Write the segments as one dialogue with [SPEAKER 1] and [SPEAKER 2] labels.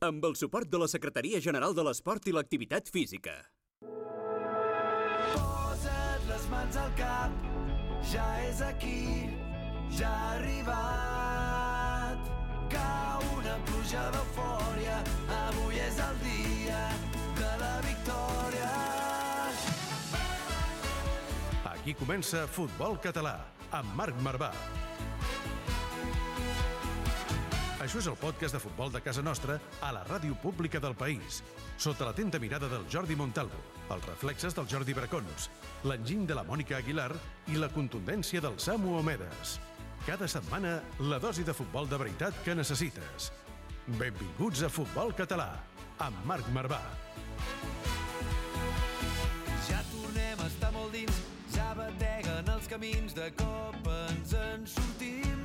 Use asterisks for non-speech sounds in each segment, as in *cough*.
[SPEAKER 1] amb el suport de la Secretaria General de l'Esport i l'Activitat Física.
[SPEAKER 2] Posa't les mans al cap, ja és aquí, ja ha arribat. Cau una pluja d'eufòria, avui és el dia de la victòria.
[SPEAKER 3] Aquí comença Futbol Català, amb Marc Marvà. Això és el podcast de futbol de casa nostra a la ràdio pública del país, sota l'atenta mirada del Jordi Montalvo, els reflexes del Jordi Bracons, l'enginy de la Mònica Aguilar i la contundència del Samu Omedes. Cada setmana, la dosi de futbol de veritat que necessites. Benvinguts a Futbol Català, amb Marc Marvà.
[SPEAKER 2] Ja tornem a estar molt dins, ja bateguen els camins, de cop ens en sortim.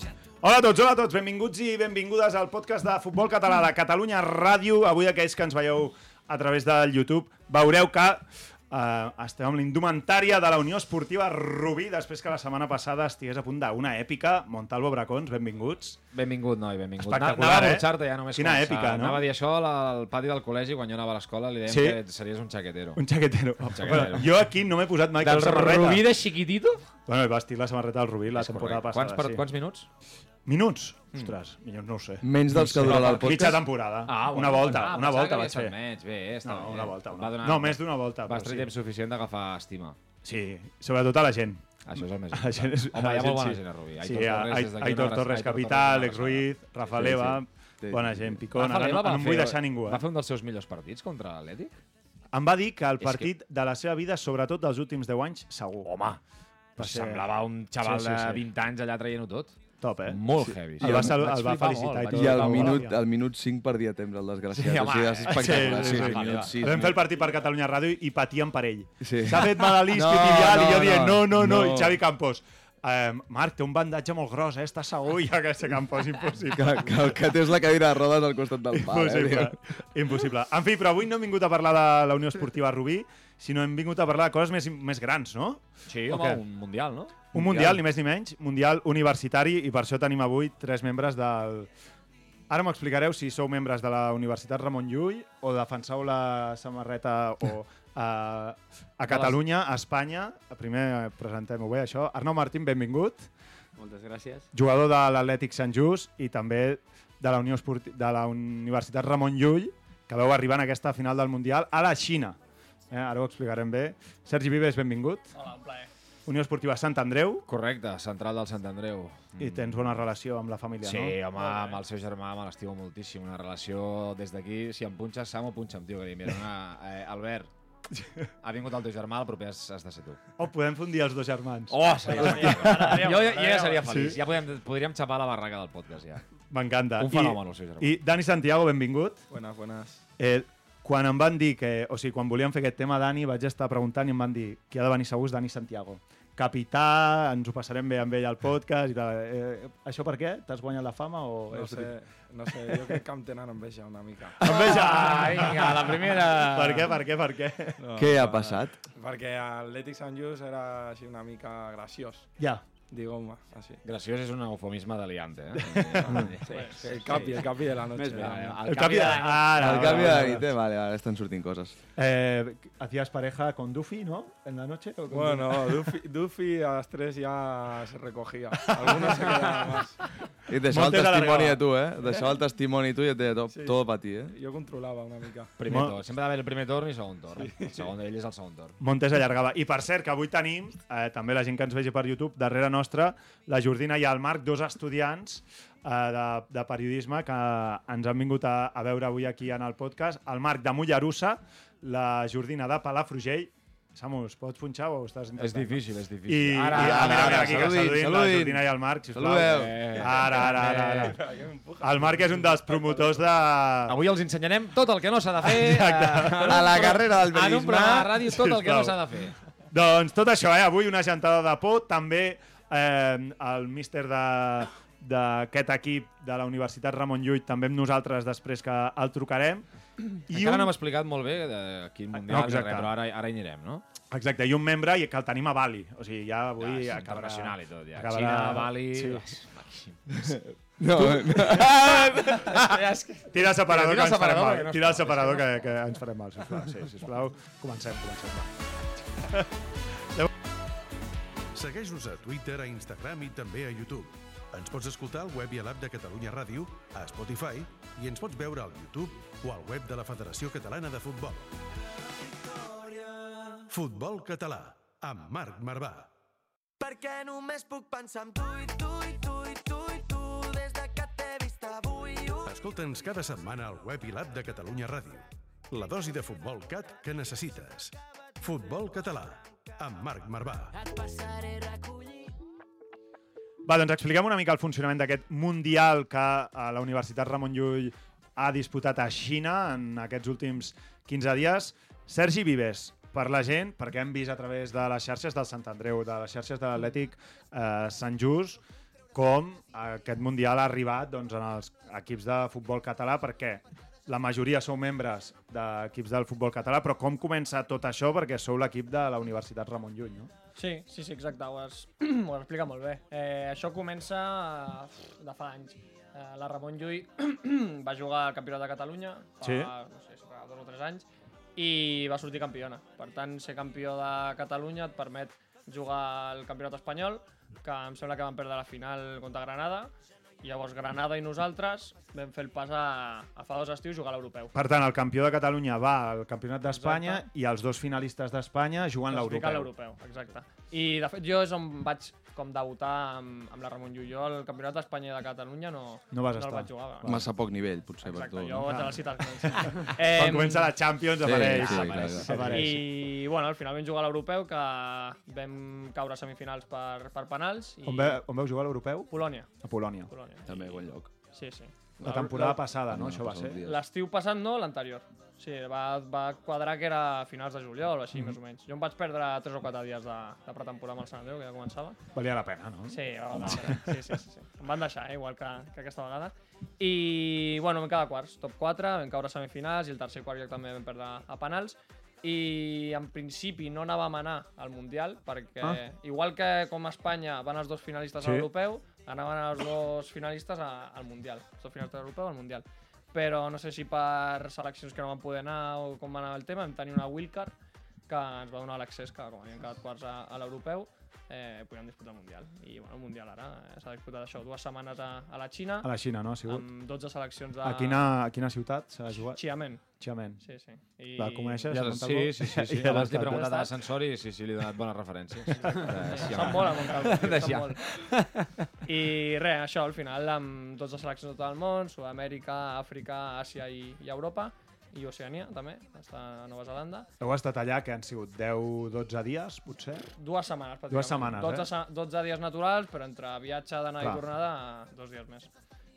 [SPEAKER 2] Ja tornem...
[SPEAKER 4] Hola a tots, hola a tots, benvinguts i benvingudes al podcast de Futbol Català de Catalunya Ràdio. Avui aquells que ens veieu a través del YouTube veureu que eh, estem amb l'indumentària de la Unió Esportiva Rubí després que la setmana passada estigués a punt d'una èpica. Montalvo Bracons, benvinguts.
[SPEAKER 5] Benvingut, noi, benvingut.
[SPEAKER 4] Espectacular,
[SPEAKER 5] anava a
[SPEAKER 4] eh?
[SPEAKER 5] burxar-te ja només
[SPEAKER 4] Quina
[SPEAKER 5] començar.
[SPEAKER 4] èpica, no?
[SPEAKER 5] Anava a dir això al- al pati del col·legi quan jo anava a l'escola, li dèiem
[SPEAKER 4] Sí?
[SPEAKER 5] que series un xaquetero.
[SPEAKER 4] Un xaquetero.
[SPEAKER 5] xaquetero.
[SPEAKER 4] Bueno, jo aquí no m'he posat mai
[SPEAKER 5] Del
[SPEAKER 4] cap samarreta.
[SPEAKER 5] Rubí de Chiquitito?
[SPEAKER 4] Bueno, va estir la samarreta del Rubí la temporada
[SPEAKER 5] Correcte.
[SPEAKER 4] passada.
[SPEAKER 5] Quants, per,
[SPEAKER 4] sí.
[SPEAKER 5] quants Hmm. minuts?
[SPEAKER 4] Minuts? Ostres, millors no ho sé.
[SPEAKER 6] Menys dels que durarà el podcast.
[SPEAKER 4] Mitja temporada. una volta,
[SPEAKER 5] ah,
[SPEAKER 4] una
[SPEAKER 5] pensava que
[SPEAKER 4] volta
[SPEAKER 5] havia
[SPEAKER 4] vaig
[SPEAKER 5] estat
[SPEAKER 4] fer.
[SPEAKER 5] Menys. Bé, està
[SPEAKER 4] No,
[SPEAKER 5] bé.
[SPEAKER 4] una volta, una
[SPEAKER 5] Va
[SPEAKER 4] volta.
[SPEAKER 5] donar-
[SPEAKER 4] No, més d'una volta,
[SPEAKER 5] Vas
[SPEAKER 4] però
[SPEAKER 5] tenir
[SPEAKER 4] sí.
[SPEAKER 5] temps suficient d'agafar estima.
[SPEAKER 4] Sí, sobretot a la gent.
[SPEAKER 5] Això és el més
[SPEAKER 4] A la gent és,
[SPEAKER 5] important. Home, hi ha molt bona
[SPEAKER 4] sí.
[SPEAKER 5] gent a Rubí.
[SPEAKER 4] Sí,
[SPEAKER 5] Aitor Torres,
[SPEAKER 4] Ai-
[SPEAKER 5] des d'aquí,
[SPEAKER 4] Aitor
[SPEAKER 5] una
[SPEAKER 4] Torres
[SPEAKER 5] abraçada.
[SPEAKER 4] Capital,
[SPEAKER 5] Aitor
[SPEAKER 4] Ex
[SPEAKER 5] Torres, una
[SPEAKER 4] Ruiz, Rafa Leva, bona gent, Picón.
[SPEAKER 5] Rafa
[SPEAKER 4] Ara
[SPEAKER 5] Leva
[SPEAKER 4] no,
[SPEAKER 5] va
[SPEAKER 4] no em vull
[SPEAKER 5] fer-
[SPEAKER 4] deixar ningú,
[SPEAKER 5] Va
[SPEAKER 4] eh?
[SPEAKER 5] fer un dels seus millors partits contra l'Atlètic?
[SPEAKER 4] Em va dir que el
[SPEAKER 5] que-
[SPEAKER 4] partit de la seva vida, sobretot dels últims 10 anys, segur.
[SPEAKER 5] Home,
[SPEAKER 4] Va ser-
[SPEAKER 5] semblava un xaval
[SPEAKER 4] Sí, sí, sí.
[SPEAKER 5] de 20 anys allà traient-ho tot.
[SPEAKER 4] Top, eh?
[SPEAKER 5] Molt heavy.
[SPEAKER 4] El va,
[SPEAKER 5] Sí,
[SPEAKER 4] salu-
[SPEAKER 5] vaig
[SPEAKER 4] el va
[SPEAKER 5] flipar
[SPEAKER 4] felicitar
[SPEAKER 5] molt,
[SPEAKER 4] i
[SPEAKER 5] vaig
[SPEAKER 4] tot.
[SPEAKER 6] I al
[SPEAKER 4] Va, va,
[SPEAKER 6] minut,
[SPEAKER 4] va.
[SPEAKER 6] al minut 5 perdia temps el desgraciat.
[SPEAKER 5] Sí,
[SPEAKER 6] Sí, o sigui,
[SPEAKER 5] home,
[SPEAKER 6] és espectacular.
[SPEAKER 4] eh? sí,
[SPEAKER 6] Sí, sí,
[SPEAKER 4] sí,
[SPEAKER 6] sí,
[SPEAKER 4] sí.
[SPEAKER 6] minut 6.
[SPEAKER 4] Vam fer el partit per Catalunya Ràdio i patíem per ell.
[SPEAKER 6] Sí.
[SPEAKER 4] S'ha fet malalís,
[SPEAKER 6] No,
[SPEAKER 4] no, Vidal, i jo
[SPEAKER 6] no,
[SPEAKER 4] dient no,
[SPEAKER 6] no,
[SPEAKER 4] no, no,
[SPEAKER 6] no.
[SPEAKER 4] i Xavi Campos. Eh, Marc, té un bandatge molt gros, eh? Està segur, i jo que sé Campos,
[SPEAKER 6] Que,
[SPEAKER 4] impossible.
[SPEAKER 6] que el que té és la cadira de rodes al costat
[SPEAKER 4] *laughs*
[SPEAKER 6] del pal. Eh?
[SPEAKER 4] Impossible.
[SPEAKER 6] tio.
[SPEAKER 4] Impossible. En fi, però avui no hem vingut a parlar de la Unió Esportiva Rubí, sinó hem vingut a parlar de coses més, més grans, no?
[SPEAKER 5] Sí,
[SPEAKER 4] O
[SPEAKER 5] home,
[SPEAKER 4] què?
[SPEAKER 5] un mundial, no?
[SPEAKER 4] Un mundial, ni més ni menys, mundial universitari, i per això tenim avui tres membres del... Ara m'explicareu si sou membres de la Universitat Ramon Llull o defenseu la samarreta o eh, a, a Catalunya, a Espanya. Primer eh, presentem-ho bé, això. Arnau Martín, benvingut.
[SPEAKER 7] Moltes gràcies.
[SPEAKER 4] Jugador de l'Atlètic Sant Just i també de la, Unió Esporti de la Universitat Ramon Llull, que veu arribar en aquesta final del Mundial a la Xina. Eh, ara ho explicarem bé. Sergi Vives, benvingut. Hola, un plaer. Unió Esportiva Sant Andreu.
[SPEAKER 5] Correcte, central del Sant Andreu. Mm.
[SPEAKER 4] I tens bona relació amb la família,
[SPEAKER 5] Sí,
[SPEAKER 4] no?
[SPEAKER 5] home, amb el seu germà me l'estimo moltíssim. Una relació des d'aquí, si em punxes, Samo, punxa'm, tio. Que li mira, una,
[SPEAKER 4] *laughs*
[SPEAKER 5] eh, Albert, ha vingut el teu germà, el proper has, has de ser tu.
[SPEAKER 4] O podem fundir els dos germans.
[SPEAKER 5] Oh, seria jo, jo, jo ja seria feliç. Ja podríem, podríem xapar la barraca del podcast, ja.
[SPEAKER 4] M'encanta.
[SPEAKER 5] Un fenomen, el seu germà.
[SPEAKER 4] I Dani Santiago, benvingut.
[SPEAKER 7] Buenas, buenas.
[SPEAKER 4] Eh, quan em van dir que... O sigui, quan volíem fer aquest tema, Dani, vaig estar preguntant i em van dir qui ha de venir segur és Dani Santiago. Capità, ens ho passarem bé amb ell al podcast i tal. Eh, això per què? T'has guanyat la fama o...
[SPEAKER 7] No sé, no sé, jo crec que em tenen enveja una mica.
[SPEAKER 4] Enveja!
[SPEAKER 5] Ah, vinga, la primera...
[SPEAKER 4] Per què, per què, per què?
[SPEAKER 7] No,
[SPEAKER 6] Què ha passat?
[SPEAKER 7] Perquè Atlètic Sant Just era així una mica graciós,
[SPEAKER 4] Ja.
[SPEAKER 7] digueu-me, així.
[SPEAKER 5] Graciós és un eufemisme de liante,
[SPEAKER 4] *laughs*
[SPEAKER 5] eh?
[SPEAKER 7] El capi, el capi de la noche.
[SPEAKER 4] El canvi de... Ara,
[SPEAKER 6] Al canvi de nit, eh? vale, ara estan sortint coses.
[SPEAKER 4] Eh, hacías pareja con Duffy, ¿no? En la noche. o con-
[SPEAKER 7] Bueno, Duffy, Duffy a las tres ya se recogía. Algunos se quedaban más.
[SPEAKER 6] I et deixava el
[SPEAKER 4] Montes a la
[SPEAKER 6] testimoni
[SPEAKER 4] regla.
[SPEAKER 6] a tu, eh? Et Deixava el testimoni a tu i et deia tot,
[SPEAKER 7] Sí.
[SPEAKER 6] tot per ti, eh?
[SPEAKER 7] Yo controlaba una mica.
[SPEAKER 5] Primer
[SPEAKER 4] Mo-
[SPEAKER 5] torn. Sempre ha d'haver el primer torn i segon torn. El segon d'ell és el segon torn.
[SPEAKER 4] Montes allargava. I per cert, que avui tenim, eh, també la gent que ens vegi per YouTube, darrere nostra, la Jordina i el Marc, dos estudiants eh, de, de periodisme que ens han vingut a, a veure avui aquí en el podcast. El Marc de Mollerussa, la Jordina de Palafrugell. Samu, us pots punxar o ho estàs intentant?
[SPEAKER 5] És difícil, és difícil.
[SPEAKER 4] I, ara,
[SPEAKER 5] Ara,
[SPEAKER 4] i, ara,
[SPEAKER 5] ara,
[SPEAKER 4] mira, mira,
[SPEAKER 5] ara,
[SPEAKER 4] aquí, que
[SPEAKER 6] saludin,
[SPEAKER 4] saludin, la
[SPEAKER 6] saludin.
[SPEAKER 4] Jordina i el Marc, sisplau.
[SPEAKER 6] Saludeu.
[SPEAKER 5] Eh.
[SPEAKER 4] Ara, ara, ara, ara. El Marc és un dels promotors de...
[SPEAKER 5] Avui els ensenyarem tot el que no s'ha de fer eh, en un
[SPEAKER 6] A la
[SPEAKER 5] pro-
[SPEAKER 6] carrera del
[SPEAKER 5] En un
[SPEAKER 6] periodisme.
[SPEAKER 5] programa de ràdio tot el que
[SPEAKER 4] Sisplau.
[SPEAKER 5] no s'ha de fer.
[SPEAKER 4] Doncs tot això, eh? avui una gentada de por, també eh, el míster de d'aquest equip de la Universitat Ramon Llull, també amb nosaltres després que el trucarem. I
[SPEAKER 5] Encara no
[SPEAKER 4] un, Ah,
[SPEAKER 5] m'ha explicat molt bé de quin
[SPEAKER 4] No,
[SPEAKER 5] mundial, no,
[SPEAKER 4] exacte.
[SPEAKER 5] res, però ara, ara hi anirem, no? Ah,
[SPEAKER 4] exacte, i un membre i que el tenim a Bali. O sigui, ja avui
[SPEAKER 5] ja,
[SPEAKER 4] acabarà...
[SPEAKER 5] internacional i tot, ja.
[SPEAKER 4] acabarà-
[SPEAKER 5] Xina, Bali...
[SPEAKER 4] Sí.
[SPEAKER 5] Sí.
[SPEAKER 6] No,
[SPEAKER 4] Tira el separador,
[SPEAKER 5] Tira el
[SPEAKER 4] que ens farem
[SPEAKER 5] separador,
[SPEAKER 4] mal.
[SPEAKER 5] perquè no es
[SPEAKER 4] Tira el
[SPEAKER 5] pot,
[SPEAKER 4] separador, que, que ens farem mal, sisplau. Sí, sisplau. Comencem, comencem. Va.
[SPEAKER 3] Segueix-nos a Twitter, a Instagram i també a YouTube. Ens pots escoltar al web i a l'app de Catalunya Ràdio, a Spotify, i ens pots veure al YouTube o al web de la Federació Catalana de Futbol. Futbol català, amb Marc Marvà.
[SPEAKER 2] Perquè només puc pensar en tu i tu i tu i tu i tu des de que t'he vist avui. Uh.
[SPEAKER 3] Escolta'ns cada setmana al web i l'app de Catalunya Ràdio. La dosi de futbol cat que necessites. Futbol català, amb Marc Marvà.
[SPEAKER 4] va, doncs expliquem una mica el funcionament d'aquest Mundial que a la Universitat Ramon Llull ha disputat a Xina en aquests últims 15 dies. Sergi Vives, per la gent, perquè hem vist a través de les xarxes del Sant Andreu, de les xarxes de l'Atlètic eh, Sant Just, com aquest Mundial ha arribat doncs, en els equips de futbol català, perquè la majoria sou membres d'equips del futbol català, però com comença tot això? Perquè sou l'equip de la Universitat Ramon Llull, no?
[SPEAKER 8] Sí, sí, sí, exacte, ho has, *clears throat* ho has explicat molt bé. Eh, això comença eh, de fa anys. Eh, la Ramon Llull *clears throat* va jugar al Campionat de Catalunya fa,
[SPEAKER 4] Sí.
[SPEAKER 8] no sé, si fa dos o tres anys i va sortir campiona. Per tant, ser campió de Catalunya et permet jugar al Campionat Espanyol, que em sembla que vam perdre la final contra Granada. Llavors, Granada i nosaltres vam fer el pas a, a fa dos estius jugar a l'Europeu.
[SPEAKER 4] Per tant, el campió de Catalunya va al Campionat d'Espanya i els dos finalistes d'Espanya juguen
[SPEAKER 8] Classificar a
[SPEAKER 4] l'Europeu.
[SPEAKER 8] Doncs l'europeu, exacte. I de fet jo és on vaig com debutar amb, amb la Ramon Llull. Jo al Campionat d'Espanya i de Catalunya no,
[SPEAKER 4] No vas
[SPEAKER 8] no el
[SPEAKER 4] estar.
[SPEAKER 8] vaig jugar. Va.
[SPEAKER 6] massa poc nivell, potser,
[SPEAKER 8] Exacte,
[SPEAKER 6] per tu.
[SPEAKER 8] jo
[SPEAKER 6] no?
[SPEAKER 8] vaig a les cites grans.
[SPEAKER 4] *laughs* Quan
[SPEAKER 8] Em,
[SPEAKER 4] comença la Champions apareix.
[SPEAKER 6] Ah, sí,
[SPEAKER 4] apareix,
[SPEAKER 6] clar, clar.
[SPEAKER 4] apareix.
[SPEAKER 8] I bueno, al final vam jugar a l'europeu, que vam caure a semifinals per, per penals. I
[SPEAKER 4] On, ve, on veu jugar a l'Europeu?
[SPEAKER 8] Polònia.
[SPEAKER 4] A Polònia.
[SPEAKER 8] Polònia.
[SPEAKER 6] També bon lloc.
[SPEAKER 8] Sí, sí.
[SPEAKER 4] La temporada passada, no? Això va ser.
[SPEAKER 8] L'estiu passat no, l'anterior. Sí, va, va quadrar que era a finals de juliol,
[SPEAKER 4] Mhm.
[SPEAKER 8] així, més o menys. Jo em vaig perdre 3 o 4 dies de, de pretemporada amb el Sant Andreu, que ja començava.
[SPEAKER 4] Valia la pena, no?
[SPEAKER 8] Sí, va, va, sí, sí, sí, sí. Em van deixar, eh, igual que, que aquesta vegada. I, bueno, vam quedar quarts, top 4, vam caure a semifinals i el tercer quart lloc també vam perdre a penals. I, en principi, no anàvem a anar al Mundial, perquè,
[SPEAKER 4] Ah.
[SPEAKER 8] ah. igual que com a Espanya van els dos finalistes
[SPEAKER 4] Sí.
[SPEAKER 8] a l'Europeu, anaven els dos finalistes a, al Mundial. Els dos finalistes a l'Europeu al Mundial. Però no sé si per seleccions que no van poder anar o com va anar el tema, vam tenir una wildcard que ens va donar l'accés que com havíem quedat quarts a, a l'europeu eh, podíem disputar el Mundial i bueno, el Mundial ara eh, s'ha disputat això dues setmanes a, a la Xina
[SPEAKER 4] A la Xina, no? Ha sigut.
[SPEAKER 8] amb 12 seleccions de
[SPEAKER 4] A quina, a quina ciutat s'ha jugat?
[SPEAKER 8] Xiamen
[SPEAKER 4] Xiamen.
[SPEAKER 8] sí, sí. I...
[SPEAKER 4] La coneixes?
[SPEAKER 5] Ja, sí, sí, sí. sí.
[SPEAKER 4] Ja
[SPEAKER 5] Abans li he
[SPEAKER 4] l'has
[SPEAKER 5] preguntat a
[SPEAKER 8] estat.
[SPEAKER 5] l'ascensor i sí, sí, li he donat bones referències.
[SPEAKER 8] Sí,
[SPEAKER 5] Eh,
[SPEAKER 8] Són molt a Montcalvo, tio,
[SPEAKER 5] De
[SPEAKER 8] són molt. I res, això, al final, amb 12 seleccions de tot el món, Sud-amèrica, Àfrica, Àsia i, i Europa, i Oceania, també, està a Nova Zelanda.
[SPEAKER 4] Heu estat allà, que han sigut 10-12 dies, potser?
[SPEAKER 8] Dues setmanes, pràcticament.
[SPEAKER 4] Dues setmanes,
[SPEAKER 8] 12,
[SPEAKER 4] eh?
[SPEAKER 8] se- 12 dies naturals, però entre viatge d'anar i
[SPEAKER 4] Clar.
[SPEAKER 8] tornada, dos dies més.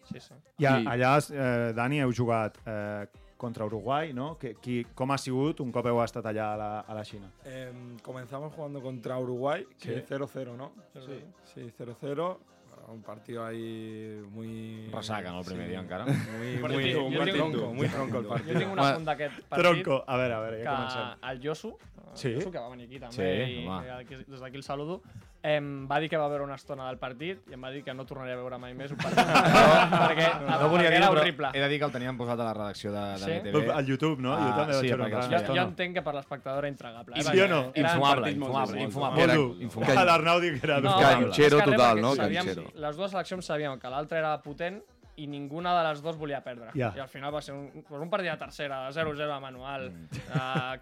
[SPEAKER 8] Sí, sí.
[SPEAKER 4] I a,
[SPEAKER 5] I-
[SPEAKER 4] allà, eh, Dani, heu jugat eh, contra Uruguai, no? Que, qui, com ha sigut un cop heu estat allà a la, a la Xina?
[SPEAKER 7] Em, comenzamos jugando contra Uruguay, que
[SPEAKER 4] Sí.
[SPEAKER 7] 0-0, ¿no?
[SPEAKER 8] Cero
[SPEAKER 7] Sí, sí, 0-0. Un partido ahí muy.
[SPEAKER 5] Resaca, no, el primer día, encara.
[SPEAKER 7] Muy,
[SPEAKER 8] Partido-
[SPEAKER 7] muy,
[SPEAKER 8] yo
[SPEAKER 7] muy
[SPEAKER 8] tengo-
[SPEAKER 7] tronco, muy tronco el
[SPEAKER 8] Jo tinc
[SPEAKER 7] partido.
[SPEAKER 8] una font d'aquest partit
[SPEAKER 4] Tronco. A veure, a veure,
[SPEAKER 8] que
[SPEAKER 4] ja comencem.
[SPEAKER 8] el Josu, el
[SPEAKER 4] Sí?
[SPEAKER 8] Josu, que va venir aquí també,
[SPEAKER 5] Sí,
[SPEAKER 8] i
[SPEAKER 5] home.
[SPEAKER 8] i aquí, des d'aquí el saludo, em va dir que va veure una estona del partit i em va dir que no tornaria a veure mai més un
[SPEAKER 4] *laughs*
[SPEAKER 8] partit. perquè,
[SPEAKER 5] No, no volia
[SPEAKER 8] perquè
[SPEAKER 5] dir,
[SPEAKER 8] era
[SPEAKER 5] però
[SPEAKER 8] horrible.
[SPEAKER 5] he de dir que el teníem posat a la redacció de, de
[SPEAKER 8] Sí?
[SPEAKER 5] BTV.
[SPEAKER 4] Doncs Al YouTube, no? jo
[SPEAKER 5] Ah,
[SPEAKER 4] també
[SPEAKER 5] sí,
[SPEAKER 4] vaig veure
[SPEAKER 5] perquè
[SPEAKER 4] una
[SPEAKER 5] es
[SPEAKER 8] Jo,
[SPEAKER 5] veia.
[SPEAKER 8] jo
[SPEAKER 4] estona.
[SPEAKER 8] entenc que per l'espectador era intragable.
[SPEAKER 4] I
[SPEAKER 8] eh,
[SPEAKER 4] sí o
[SPEAKER 8] perquè
[SPEAKER 4] no?
[SPEAKER 8] Era un
[SPEAKER 5] Infumable,
[SPEAKER 8] partit molt dur.
[SPEAKER 5] infumable, infumable.
[SPEAKER 4] Molt
[SPEAKER 5] Era
[SPEAKER 4] dur.
[SPEAKER 5] infumable.
[SPEAKER 4] A L'Arnau diu que era dur.
[SPEAKER 8] No,
[SPEAKER 6] Canchero
[SPEAKER 8] és que res,
[SPEAKER 6] total,
[SPEAKER 8] perquè
[SPEAKER 6] no?
[SPEAKER 8] Sabíem,
[SPEAKER 6] Canchero.
[SPEAKER 8] les dues seleccions sabíem que l'altra era potent i ninguna de les dues volia perdre.
[SPEAKER 4] Ja.
[SPEAKER 8] I al final va ser un, pues un partit de tercera, de 0-0 a manual.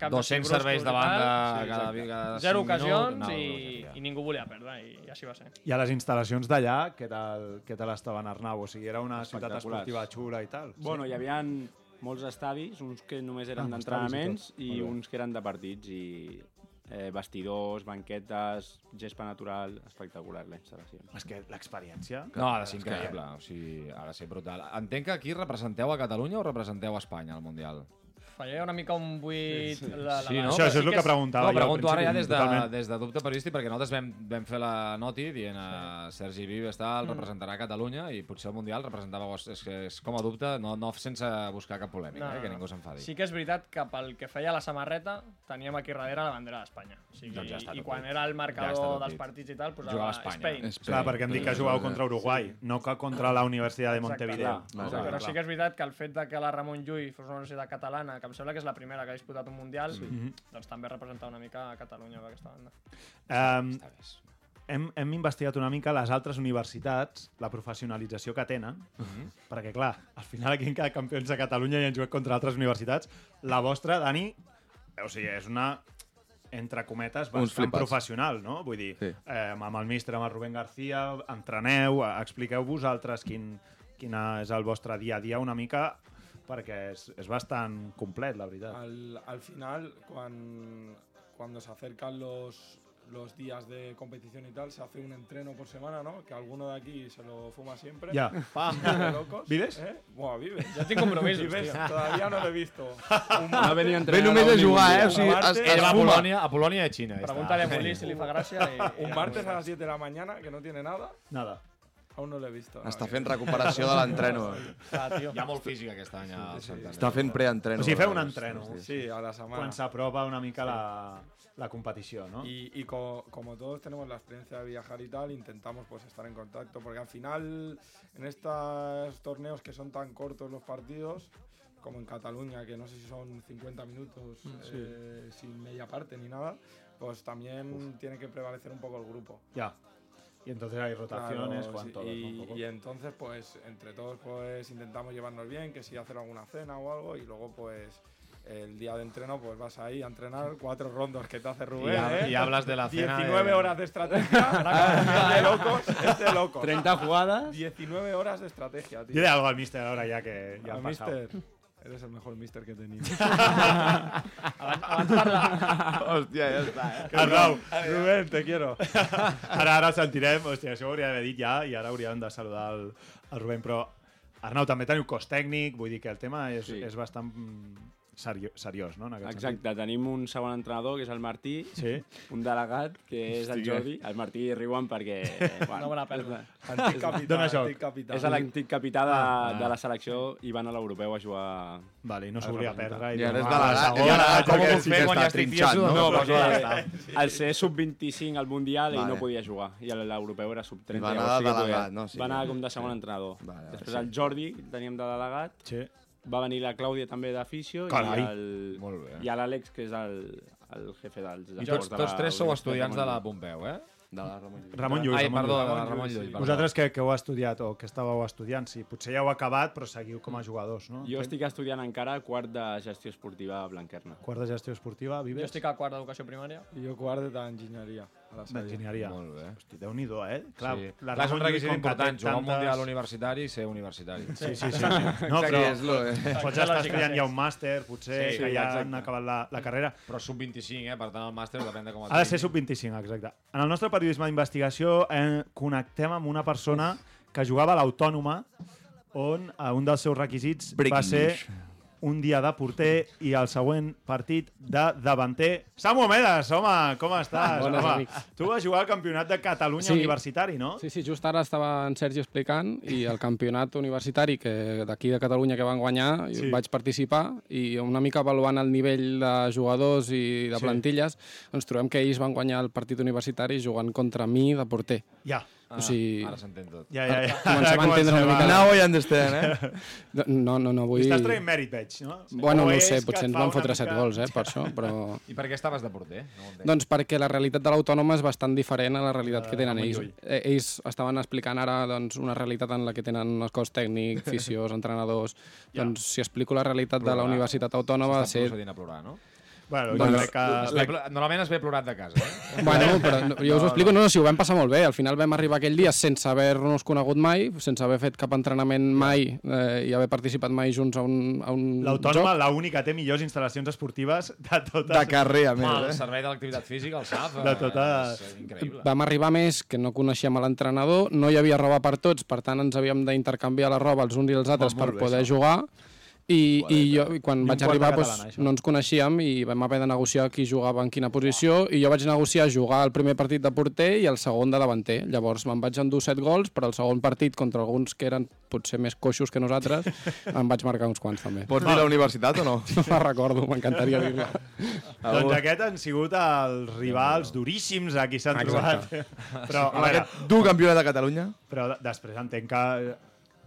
[SPEAKER 8] Uh,
[SPEAKER 5] 200 serveis davant de cada, cada
[SPEAKER 8] Zero
[SPEAKER 5] cinc
[SPEAKER 8] ocasions
[SPEAKER 5] minuts. No,
[SPEAKER 8] i,
[SPEAKER 5] no,
[SPEAKER 8] i ningú volia perdre, i, i així va ser.
[SPEAKER 4] I a les instal·lacions d'allà, què tal, què tal estaven, Arnau? O sigui, era una ciutat
[SPEAKER 9] Espectaculars.
[SPEAKER 4] esportiva xula i tal.
[SPEAKER 9] Bueno, hi havia molts estadis, uns que només eren
[SPEAKER 4] Ah,
[SPEAKER 9] d'entrenaments
[SPEAKER 4] estadis i tot.
[SPEAKER 9] i
[SPEAKER 4] Molt bé.
[SPEAKER 9] uns que eren de partits i eh, vestidors, banquetes, gespa natural, espectacular la instal·lació.
[SPEAKER 4] És que l'experiència...
[SPEAKER 5] no, ha de ser increïble, o sigui, ha de ser brutal. Entenc que aquí representeu a Catalunya o representeu a Espanya al Mundial?
[SPEAKER 8] Fallaria una mica un buit... La, la
[SPEAKER 5] Sí, no?
[SPEAKER 8] base.
[SPEAKER 4] Això, això és
[SPEAKER 8] Sí
[SPEAKER 4] el que
[SPEAKER 8] és-
[SPEAKER 4] preguntava
[SPEAKER 5] No,
[SPEAKER 4] jo al
[SPEAKER 5] pregunto ara ja
[SPEAKER 4] principi,
[SPEAKER 5] des de,
[SPEAKER 4] totalment.
[SPEAKER 5] des de dubte periodístic, perquè nosaltres vam, vam fer la noti dient a Sergi Vives tal,
[SPEAKER 8] Mm.
[SPEAKER 5] representarà Catalunya i potser el Mundial representava vos. És que és com a dubte, no, no sense buscar cap polèmica, eh, que ningú s'enfadi.
[SPEAKER 8] Sí que és veritat que pel que feia la samarreta teníem aquí darrere la bandera d'Espanya. O sigui,
[SPEAKER 5] Doncs ja està
[SPEAKER 8] I
[SPEAKER 5] tot
[SPEAKER 8] quan
[SPEAKER 5] dit.
[SPEAKER 8] era el
[SPEAKER 5] Ja
[SPEAKER 8] marcador
[SPEAKER 5] està tot
[SPEAKER 8] dels
[SPEAKER 5] dit.
[SPEAKER 8] partits i tal,
[SPEAKER 5] Jugar
[SPEAKER 8] posava
[SPEAKER 5] a Espanya.
[SPEAKER 8] Spain.
[SPEAKER 6] Espanya.
[SPEAKER 4] Clar, perquè hem dit que jugàveu contra Uruguai, no que contra la Universitat de
[SPEAKER 8] Exacte.
[SPEAKER 4] Montevideo.
[SPEAKER 6] Clar,
[SPEAKER 8] Exacte,
[SPEAKER 6] clar,
[SPEAKER 8] però sí que és veritat que el fet de que la Ramon Llull fos una universitat catalana, que em sembla que és la primera que ha disputat un Mundial,
[SPEAKER 10] Mhm.
[SPEAKER 8] doncs també representava una mica a Catalunya per aquesta banda.
[SPEAKER 4] Em,
[SPEAKER 5] Està bé.
[SPEAKER 4] hem, hem investigat una mica les altres universitats, la professionalització que tenen,
[SPEAKER 5] Mhm.
[SPEAKER 4] perquè, clar, al final aquí en cada campions de Catalunya ja han jugat contra altres universitats. La vostra, Dani, eh, o sigui, és una entre cometes, bastant
[SPEAKER 6] flipats.
[SPEAKER 4] professional, no? Vull dir,
[SPEAKER 6] Sí.
[SPEAKER 4] eh, amb el ministre, amb el Rubén García, entreneu, eh, expliqueu vosaltres quin, quin és el vostre dia a dia una mica, perquè és, és bastant complet, la
[SPEAKER 5] Ah.
[SPEAKER 4] veritat.
[SPEAKER 7] Al, al final, cuan- cuando se acercan los, los días de competición y tal, se hace un entreno por semana, ¿no? Que alguno de aquí se lo fuma siempre.
[SPEAKER 4] Ja.
[SPEAKER 7] De locos,
[SPEAKER 4] ¿Vives?
[SPEAKER 7] ¿eh? Buah, vives.
[SPEAKER 8] Jo tinc compromisos,
[SPEAKER 7] Vives,
[SPEAKER 8] tio.
[SPEAKER 7] todavía no lo
[SPEAKER 9] *laughs*
[SPEAKER 7] he visto.
[SPEAKER 9] No venia a
[SPEAKER 6] Ve
[SPEAKER 9] entrenar
[SPEAKER 6] només
[SPEAKER 9] a
[SPEAKER 6] a
[SPEAKER 9] un
[SPEAKER 6] jugar, eh?
[SPEAKER 9] mundial.
[SPEAKER 6] O sigui, es,
[SPEAKER 7] Aparte-
[SPEAKER 6] es
[SPEAKER 5] Era a
[SPEAKER 6] fuma.
[SPEAKER 5] Polònia, a Polònia i a Xina. ja està.
[SPEAKER 8] Pregúntale a Molí si li fa gràcia. I, i
[SPEAKER 7] *laughs* Un
[SPEAKER 8] ja
[SPEAKER 7] martes a
[SPEAKER 8] veuràs.
[SPEAKER 7] las 7 de la mañana, que no tiene nada,
[SPEAKER 4] Nada.
[SPEAKER 7] aún no lo he visto. Ah, no,
[SPEAKER 6] Està
[SPEAKER 7] que-
[SPEAKER 6] fent recuperació de l'entreno.
[SPEAKER 8] Ah, tio.
[SPEAKER 5] Hi ha molt físic aquest any eh, al Santander.
[SPEAKER 6] Està fent preentreno.
[SPEAKER 4] O sigui, feu un entreno.
[SPEAKER 7] Sí, a la semana.
[SPEAKER 4] Quan s'aprova una mica la, la competició, no?
[SPEAKER 7] Y, y co- como todos tenemos la experiencia de viajar y tal, intentamos pues estar en contacto, porque al final en estos torneos que son tan cortos los partidos, como en Cataluña, que no sé si son 50 minutos eh, sin media parte ni nada, pues también tiene que prevalecer un poco el grupo.
[SPEAKER 4] Ya. Y entonces hay rotaciones,
[SPEAKER 7] Claro,
[SPEAKER 4] juegan
[SPEAKER 7] sí,
[SPEAKER 4] todos, ¿no? Un
[SPEAKER 7] y,
[SPEAKER 4] poco.
[SPEAKER 7] y entonces pues entre todos pues intentamos llevarnos bien, que si hacer alguna cena o algo, y luego pues el día de entreno pues vas ahí a entrenar cuatro rondos que te hace Rubén. ¿eh?
[SPEAKER 5] I hablas de la cena...
[SPEAKER 7] 19 horas de
[SPEAKER 4] *laughs*
[SPEAKER 7] estrategia. Ah, este es de locos, es de locos.
[SPEAKER 9] 30 jugades.
[SPEAKER 7] 19 este horas de estrategia, tío.
[SPEAKER 4] Dile algo al mister ahora ya que ya
[SPEAKER 7] Ah,
[SPEAKER 4] ha pasado. *laughs*
[SPEAKER 7] mister, eres el mejor mister que he tenido.
[SPEAKER 6] Hòstia, ja està.
[SPEAKER 4] Ah, Rau,
[SPEAKER 7] *laughs* Rubén, te
[SPEAKER 4] *laughs*
[SPEAKER 7] quiero.
[SPEAKER 4] ara, ara el sentirem. Hòstia, això ho hauria d'haver dit ja i ara hauríem de saludar el, el Rubén, però Arnau, també teniu cos tècnic, vull dir que el tema és,
[SPEAKER 9] Sí.
[SPEAKER 4] és bastant mm, seriós, seriós, no? En aquest
[SPEAKER 9] Exacte, tenim un segon entrenador, que és el Martí,
[SPEAKER 4] sentit. Sí.
[SPEAKER 9] un delegat, que és el
[SPEAKER 6] Hòstia.
[SPEAKER 9] Jordi. El Martí riuen
[SPEAKER 4] *laughs*
[SPEAKER 9] perquè... Bueno,
[SPEAKER 8] No me la perdo.
[SPEAKER 7] Antic
[SPEAKER 4] Dona Ah,
[SPEAKER 7] capitán,
[SPEAKER 4] joc.
[SPEAKER 7] antic capitán.
[SPEAKER 9] és l'antic capità de, de la selecció i van a l'europeu a jugar...
[SPEAKER 4] Vale, i no s'ho volia perdre.
[SPEAKER 6] I ara és
[SPEAKER 4] diu,
[SPEAKER 6] de
[SPEAKER 4] "Ah,
[SPEAKER 6] la...
[SPEAKER 4] segona,
[SPEAKER 6] I ara,
[SPEAKER 4] jo
[SPEAKER 6] com ho
[SPEAKER 4] que
[SPEAKER 6] puc
[SPEAKER 4] sí
[SPEAKER 6] fer
[SPEAKER 4] que
[SPEAKER 6] quan
[SPEAKER 4] està
[SPEAKER 6] ja estic
[SPEAKER 4] trinxat,
[SPEAKER 6] tieso?
[SPEAKER 5] no?
[SPEAKER 6] Però
[SPEAKER 9] Perquè
[SPEAKER 6] què?
[SPEAKER 9] el ser sub-25 al Mundial i
[SPEAKER 6] Vale.
[SPEAKER 9] no podia jugar, i l'europeu era
[SPEAKER 6] I
[SPEAKER 9] sub-30.
[SPEAKER 6] va anar
[SPEAKER 9] llavors
[SPEAKER 6] de
[SPEAKER 9] que podia.
[SPEAKER 6] delegat, no? Sí.
[SPEAKER 9] Va anar com de segon entrenador.
[SPEAKER 6] Vale, vale,
[SPEAKER 9] Després el Jordi, el teníem de delegat,
[SPEAKER 4] Sí.
[SPEAKER 9] va venir la Clàudia també d'afició i
[SPEAKER 4] Carai.
[SPEAKER 9] el,
[SPEAKER 5] Molt bé.
[SPEAKER 9] i a l'Àlex, que és el, el jefe dels...
[SPEAKER 5] I tots,
[SPEAKER 9] de
[SPEAKER 5] tots
[SPEAKER 9] la
[SPEAKER 5] tres sou
[SPEAKER 9] Universitat
[SPEAKER 5] estudiants de la
[SPEAKER 9] Manlleu.
[SPEAKER 5] Pompeu, eh?
[SPEAKER 6] De la Ramon Llull.
[SPEAKER 4] Ramon Llull.
[SPEAKER 5] Ai,
[SPEAKER 4] Ramon
[SPEAKER 5] perdó,
[SPEAKER 4] Llull.
[SPEAKER 5] de la Ramon Llull. perdó.
[SPEAKER 4] Vosaltres que, que heu estudiat o que estàveu estudiant, sí, potser ja heu acabat, però seguiu com a jugadors, no?
[SPEAKER 9] Jo estic estudiant encara quart de gestió esportiva a Blanquerna.
[SPEAKER 4] Quart de gestió esportiva, vives?
[SPEAKER 8] Jo estic a quart d'educació primària.
[SPEAKER 7] Y yo guardo de ingeniería. A la Salle.
[SPEAKER 4] d'enginyeria.
[SPEAKER 5] Molt bé.
[SPEAKER 4] Hosti, Déu-n'hi-do, eh? Clar,
[SPEAKER 5] sí.
[SPEAKER 4] la
[SPEAKER 5] Clar, és
[SPEAKER 4] Ramon
[SPEAKER 5] un
[SPEAKER 4] Llull,
[SPEAKER 5] requisit
[SPEAKER 4] com que
[SPEAKER 5] important,
[SPEAKER 4] té
[SPEAKER 5] jugar un
[SPEAKER 4] tantes-
[SPEAKER 5] mundial universitari i ser universitari.
[SPEAKER 4] Sí, sí, sí. sí. No, però
[SPEAKER 6] Sí, és lo, eh?
[SPEAKER 4] pots
[SPEAKER 8] Té
[SPEAKER 4] estar
[SPEAKER 8] lògica,
[SPEAKER 4] estudiant
[SPEAKER 8] sí.
[SPEAKER 4] ja un màster, potser,
[SPEAKER 9] Sí,
[SPEAKER 4] que
[SPEAKER 9] sí,
[SPEAKER 4] ja
[SPEAKER 9] exacte.
[SPEAKER 4] han acabat la, la carrera.
[SPEAKER 5] *laughs* Però sub-25, eh? Per tant, el màster depèn de com et
[SPEAKER 4] Ha de ser
[SPEAKER 5] diguin.
[SPEAKER 4] sub-25, exacte. En el nostre periodisme d'investigació eh, connectem amb una persona que jugava a l'Autònoma, on eh, un dels seus requisits va
[SPEAKER 6] Breaking
[SPEAKER 4] ser
[SPEAKER 6] news.
[SPEAKER 4] un dia de porter i el següent partit de davanter. Samu Omedes, home, com estàs?
[SPEAKER 10] Bones,
[SPEAKER 4] home,
[SPEAKER 10] amics.
[SPEAKER 4] tu vas jugar al Campionat de Catalunya
[SPEAKER 10] Sí.
[SPEAKER 4] Universitari, no?
[SPEAKER 10] Sí, sí, just ara estava en Sergi explicant i el campionat universitari que d'aquí de Catalunya que van guanyar
[SPEAKER 4] Sí.
[SPEAKER 10] sí. vaig participar i una mica avaluant el nivell de jugadors i de
[SPEAKER 4] Sí.
[SPEAKER 10] sí. plantilles ens trobem que ells van guanyar el partit universitari jugant contra mi de porter.
[SPEAKER 4] Ja,
[SPEAKER 10] Ah, o sigui,
[SPEAKER 5] Ara s'entén tot.
[SPEAKER 4] ja, ja. ja.
[SPEAKER 10] Comencem a
[SPEAKER 4] Ara
[SPEAKER 10] entendre una mica
[SPEAKER 6] Now I understand, eh?
[SPEAKER 4] *laughs*
[SPEAKER 10] no, no, no vull...
[SPEAKER 4] Estàs traient mèrit, veig, no?
[SPEAKER 10] Bueno,
[SPEAKER 4] O
[SPEAKER 10] no ho
[SPEAKER 4] és
[SPEAKER 10] sé,
[SPEAKER 4] que
[SPEAKER 10] potser
[SPEAKER 4] et
[SPEAKER 10] ens
[SPEAKER 4] fa
[SPEAKER 10] van
[SPEAKER 4] una
[SPEAKER 10] fotre set
[SPEAKER 4] mica-
[SPEAKER 10] gols, eh, per això, però...
[SPEAKER 5] I per què estaves de porter? No ho entenc.
[SPEAKER 10] Doncs perquè la realitat de l'autònoma és bastant diferent a la realitat que tenen ells. Eh, Ells estaven explicant ara doncs, una realitat en la que tenen el cos tècnic, fisios, entrenadors... Doncs si explico la realitat de la
[SPEAKER 5] Plorar.
[SPEAKER 10] Universitat *laughs* Autònoma va
[SPEAKER 5] Estan
[SPEAKER 10] ser...
[SPEAKER 5] procedint a plorar, no?
[SPEAKER 4] Bueno, jo
[SPEAKER 10] Bueno,
[SPEAKER 4] crec que...
[SPEAKER 5] Ve plo- Normalment es ve plorat de casa, eh?
[SPEAKER 10] Bueno, però no- jo us ho explico, no, no, si ho vam passar molt bé. Al final vam arribar aquell dia sense haver-nos conegut mai, sense haver fet cap entrenament mai eh, i haver participat mai junts a un, a
[SPEAKER 6] Mm,
[SPEAKER 10] un
[SPEAKER 4] L'Autònoma, l'única, té millors instal·lacions esportives de totes.
[SPEAKER 6] De carrer, a
[SPEAKER 5] El
[SPEAKER 6] més, eh?
[SPEAKER 5] servei de l'activitat física, el SAF,
[SPEAKER 4] De
[SPEAKER 5] eh,
[SPEAKER 4] totes.
[SPEAKER 5] és increïble.
[SPEAKER 10] Vam arribar més, que no coneixíem a l'entrenador, no hi havia roba per tots, per tant ens havíem d'intercanviar la roba els uns i els altres per poder jugar I, i jo i quan
[SPEAKER 11] I un
[SPEAKER 10] vaig
[SPEAKER 11] quart de
[SPEAKER 10] arribar
[SPEAKER 11] catalana,
[SPEAKER 10] doncs,
[SPEAKER 11] això.
[SPEAKER 10] no ens coneixíem i vam haver de negociar qui jugava en quina posició i jo vaig negociar jugar el primer partit de porter i el segon de davanter. Llavors me'n vaig endur set gols, però el segon partit contra alguns que eren potser més coixos
[SPEAKER 11] *laughs*
[SPEAKER 10] que nosaltres em vaig marcar uns quants també.
[SPEAKER 5] Ah.
[SPEAKER 6] Pots dir la universitat o no?
[SPEAKER 10] No la recordo, m'encantaria dir-la.
[SPEAKER 4] Doncs aquests han sigut els rivals duríssims a qui s'han trobat.
[SPEAKER 6] Exacte.
[SPEAKER 4] Però, a
[SPEAKER 6] Amb
[SPEAKER 4] veure,
[SPEAKER 6] aquest dur campionat de Catalunya.
[SPEAKER 4] però de- després entenc que eh,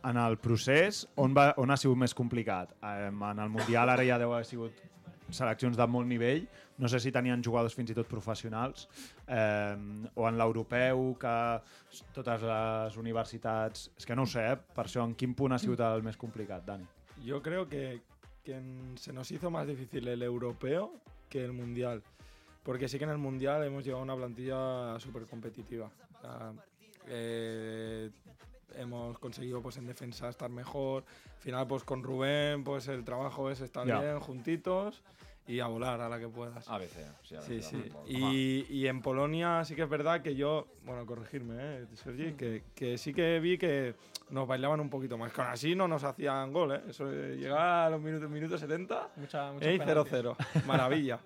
[SPEAKER 4] en el procés, on, va, on ha sigut més complicat? Em, En el Mundial ara ja deu haver sigut seleccions de molt nivell, no sé si tenien jugadors fins i tot professionals, eh, o en l'europeu, que s- totes les universitats... És que no ho sé, eh? per això en quin punt ha sigut el més complicat, Dani?
[SPEAKER 7] Yo creo que, que en- se nos hizo más difícil el europeo que el mundial. Porque sí que en el mundial hemos llegado a una plantilla súper competitiva. O sea, eh, hemos conseguido pues en defensa estar mejor. Al final, pues con Rubén, pues el trabajo es estar
[SPEAKER 5] Ya.
[SPEAKER 7] bien juntitos y a volar a la que puedas.
[SPEAKER 5] A veces, sí, a
[SPEAKER 7] Sí,
[SPEAKER 5] veces,
[SPEAKER 7] sí.
[SPEAKER 5] vamos,
[SPEAKER 7] Y, y en Polonia sí que es verdad que yo, bueno, corregirme, eh, Sergi, que, que sí que vi que nos bailaban un poquito más. Que aún así no nos hacían gol, ¿eh? Eso eh, llegaba a los minutos, minutos 70
[SPEAKER 8] Mucha, muchos
[SPEAKER 7] eh, y
[SPEAKER 8] penaltis.
[SPEAKER 9] *laughs*
[SPEAKER 7] 0-0. Maravilla.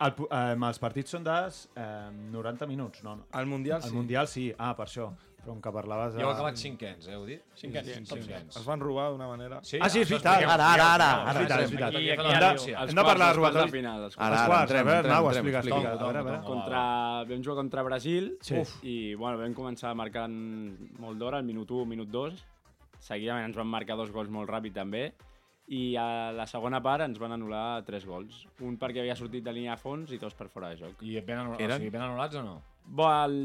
[SPEAKER 4] El, pu- eh, els partits són de eh, 90 minuts, no? no.
[SPEAKER 7] Al Mundial
[SPEAKER 4] Al
[SPEAKER 7] sí.
[SPEAKER 4] Mundial sí, ah, per això. Però on que parlaves de...
[SPEAKER 5] Jo he acabat cinquens, eh, heu dit?
[SPEAKER 7] Cinquens,
[SPEAKER 5] Sí,
[SPEAKER 7] top
[SPEAKER 5] cinquens.
[SPEAKER 7] Ens van robar d'una manera.
[SPEAKER 5] Sí,
[SPEAKER 4] Ah, sí, és
[SPEAKER 5] això
[SPEAKER 4] veritat.
[SPEAKER 5] expliquem.
[SPEAKER 4] Ara, ara, ara.
[SPEAKER 5] Ara,
[SPEAKER 4] És veritat,
[SPEAKER 5] ara,
[SPEAKER 4] és veritat.
[SPEAKER 5] aquí, aquí,
[SPEAKER 4] Hem de-
[SPEAKER 5] aquí, aquí.
[SPEAKER 4] hem de parlar de robatoris. Ara, ara, entrem, entrem,
[SPEAKER 9] Mau,
[SPEAKER 4] entrem,
[SPEAKER 9] explica,
[SPEAKER 4] explica,
[SPEAKER 9] explica,
[SPEAKER 4] a veure, a veure.
[SPEAKER 9] Contra, vam jugar contra Brasil
[SPEAKER 4] Sí.
[SPEAKER 9] uf, i bueno, vam començar marcant molt d'hora, al minut 1, minut 2. Seguidament ens van marcar dos gols molt ràpid també i a la segona part ens van anul·lar tres gols. Un perquè havia sortit de línia a fons i dos per fora de joc.
[SPEAKER 5] I ben, anul·lats, o sigui, ben anul·lats o no?
[SPEAKER 9] Bo, el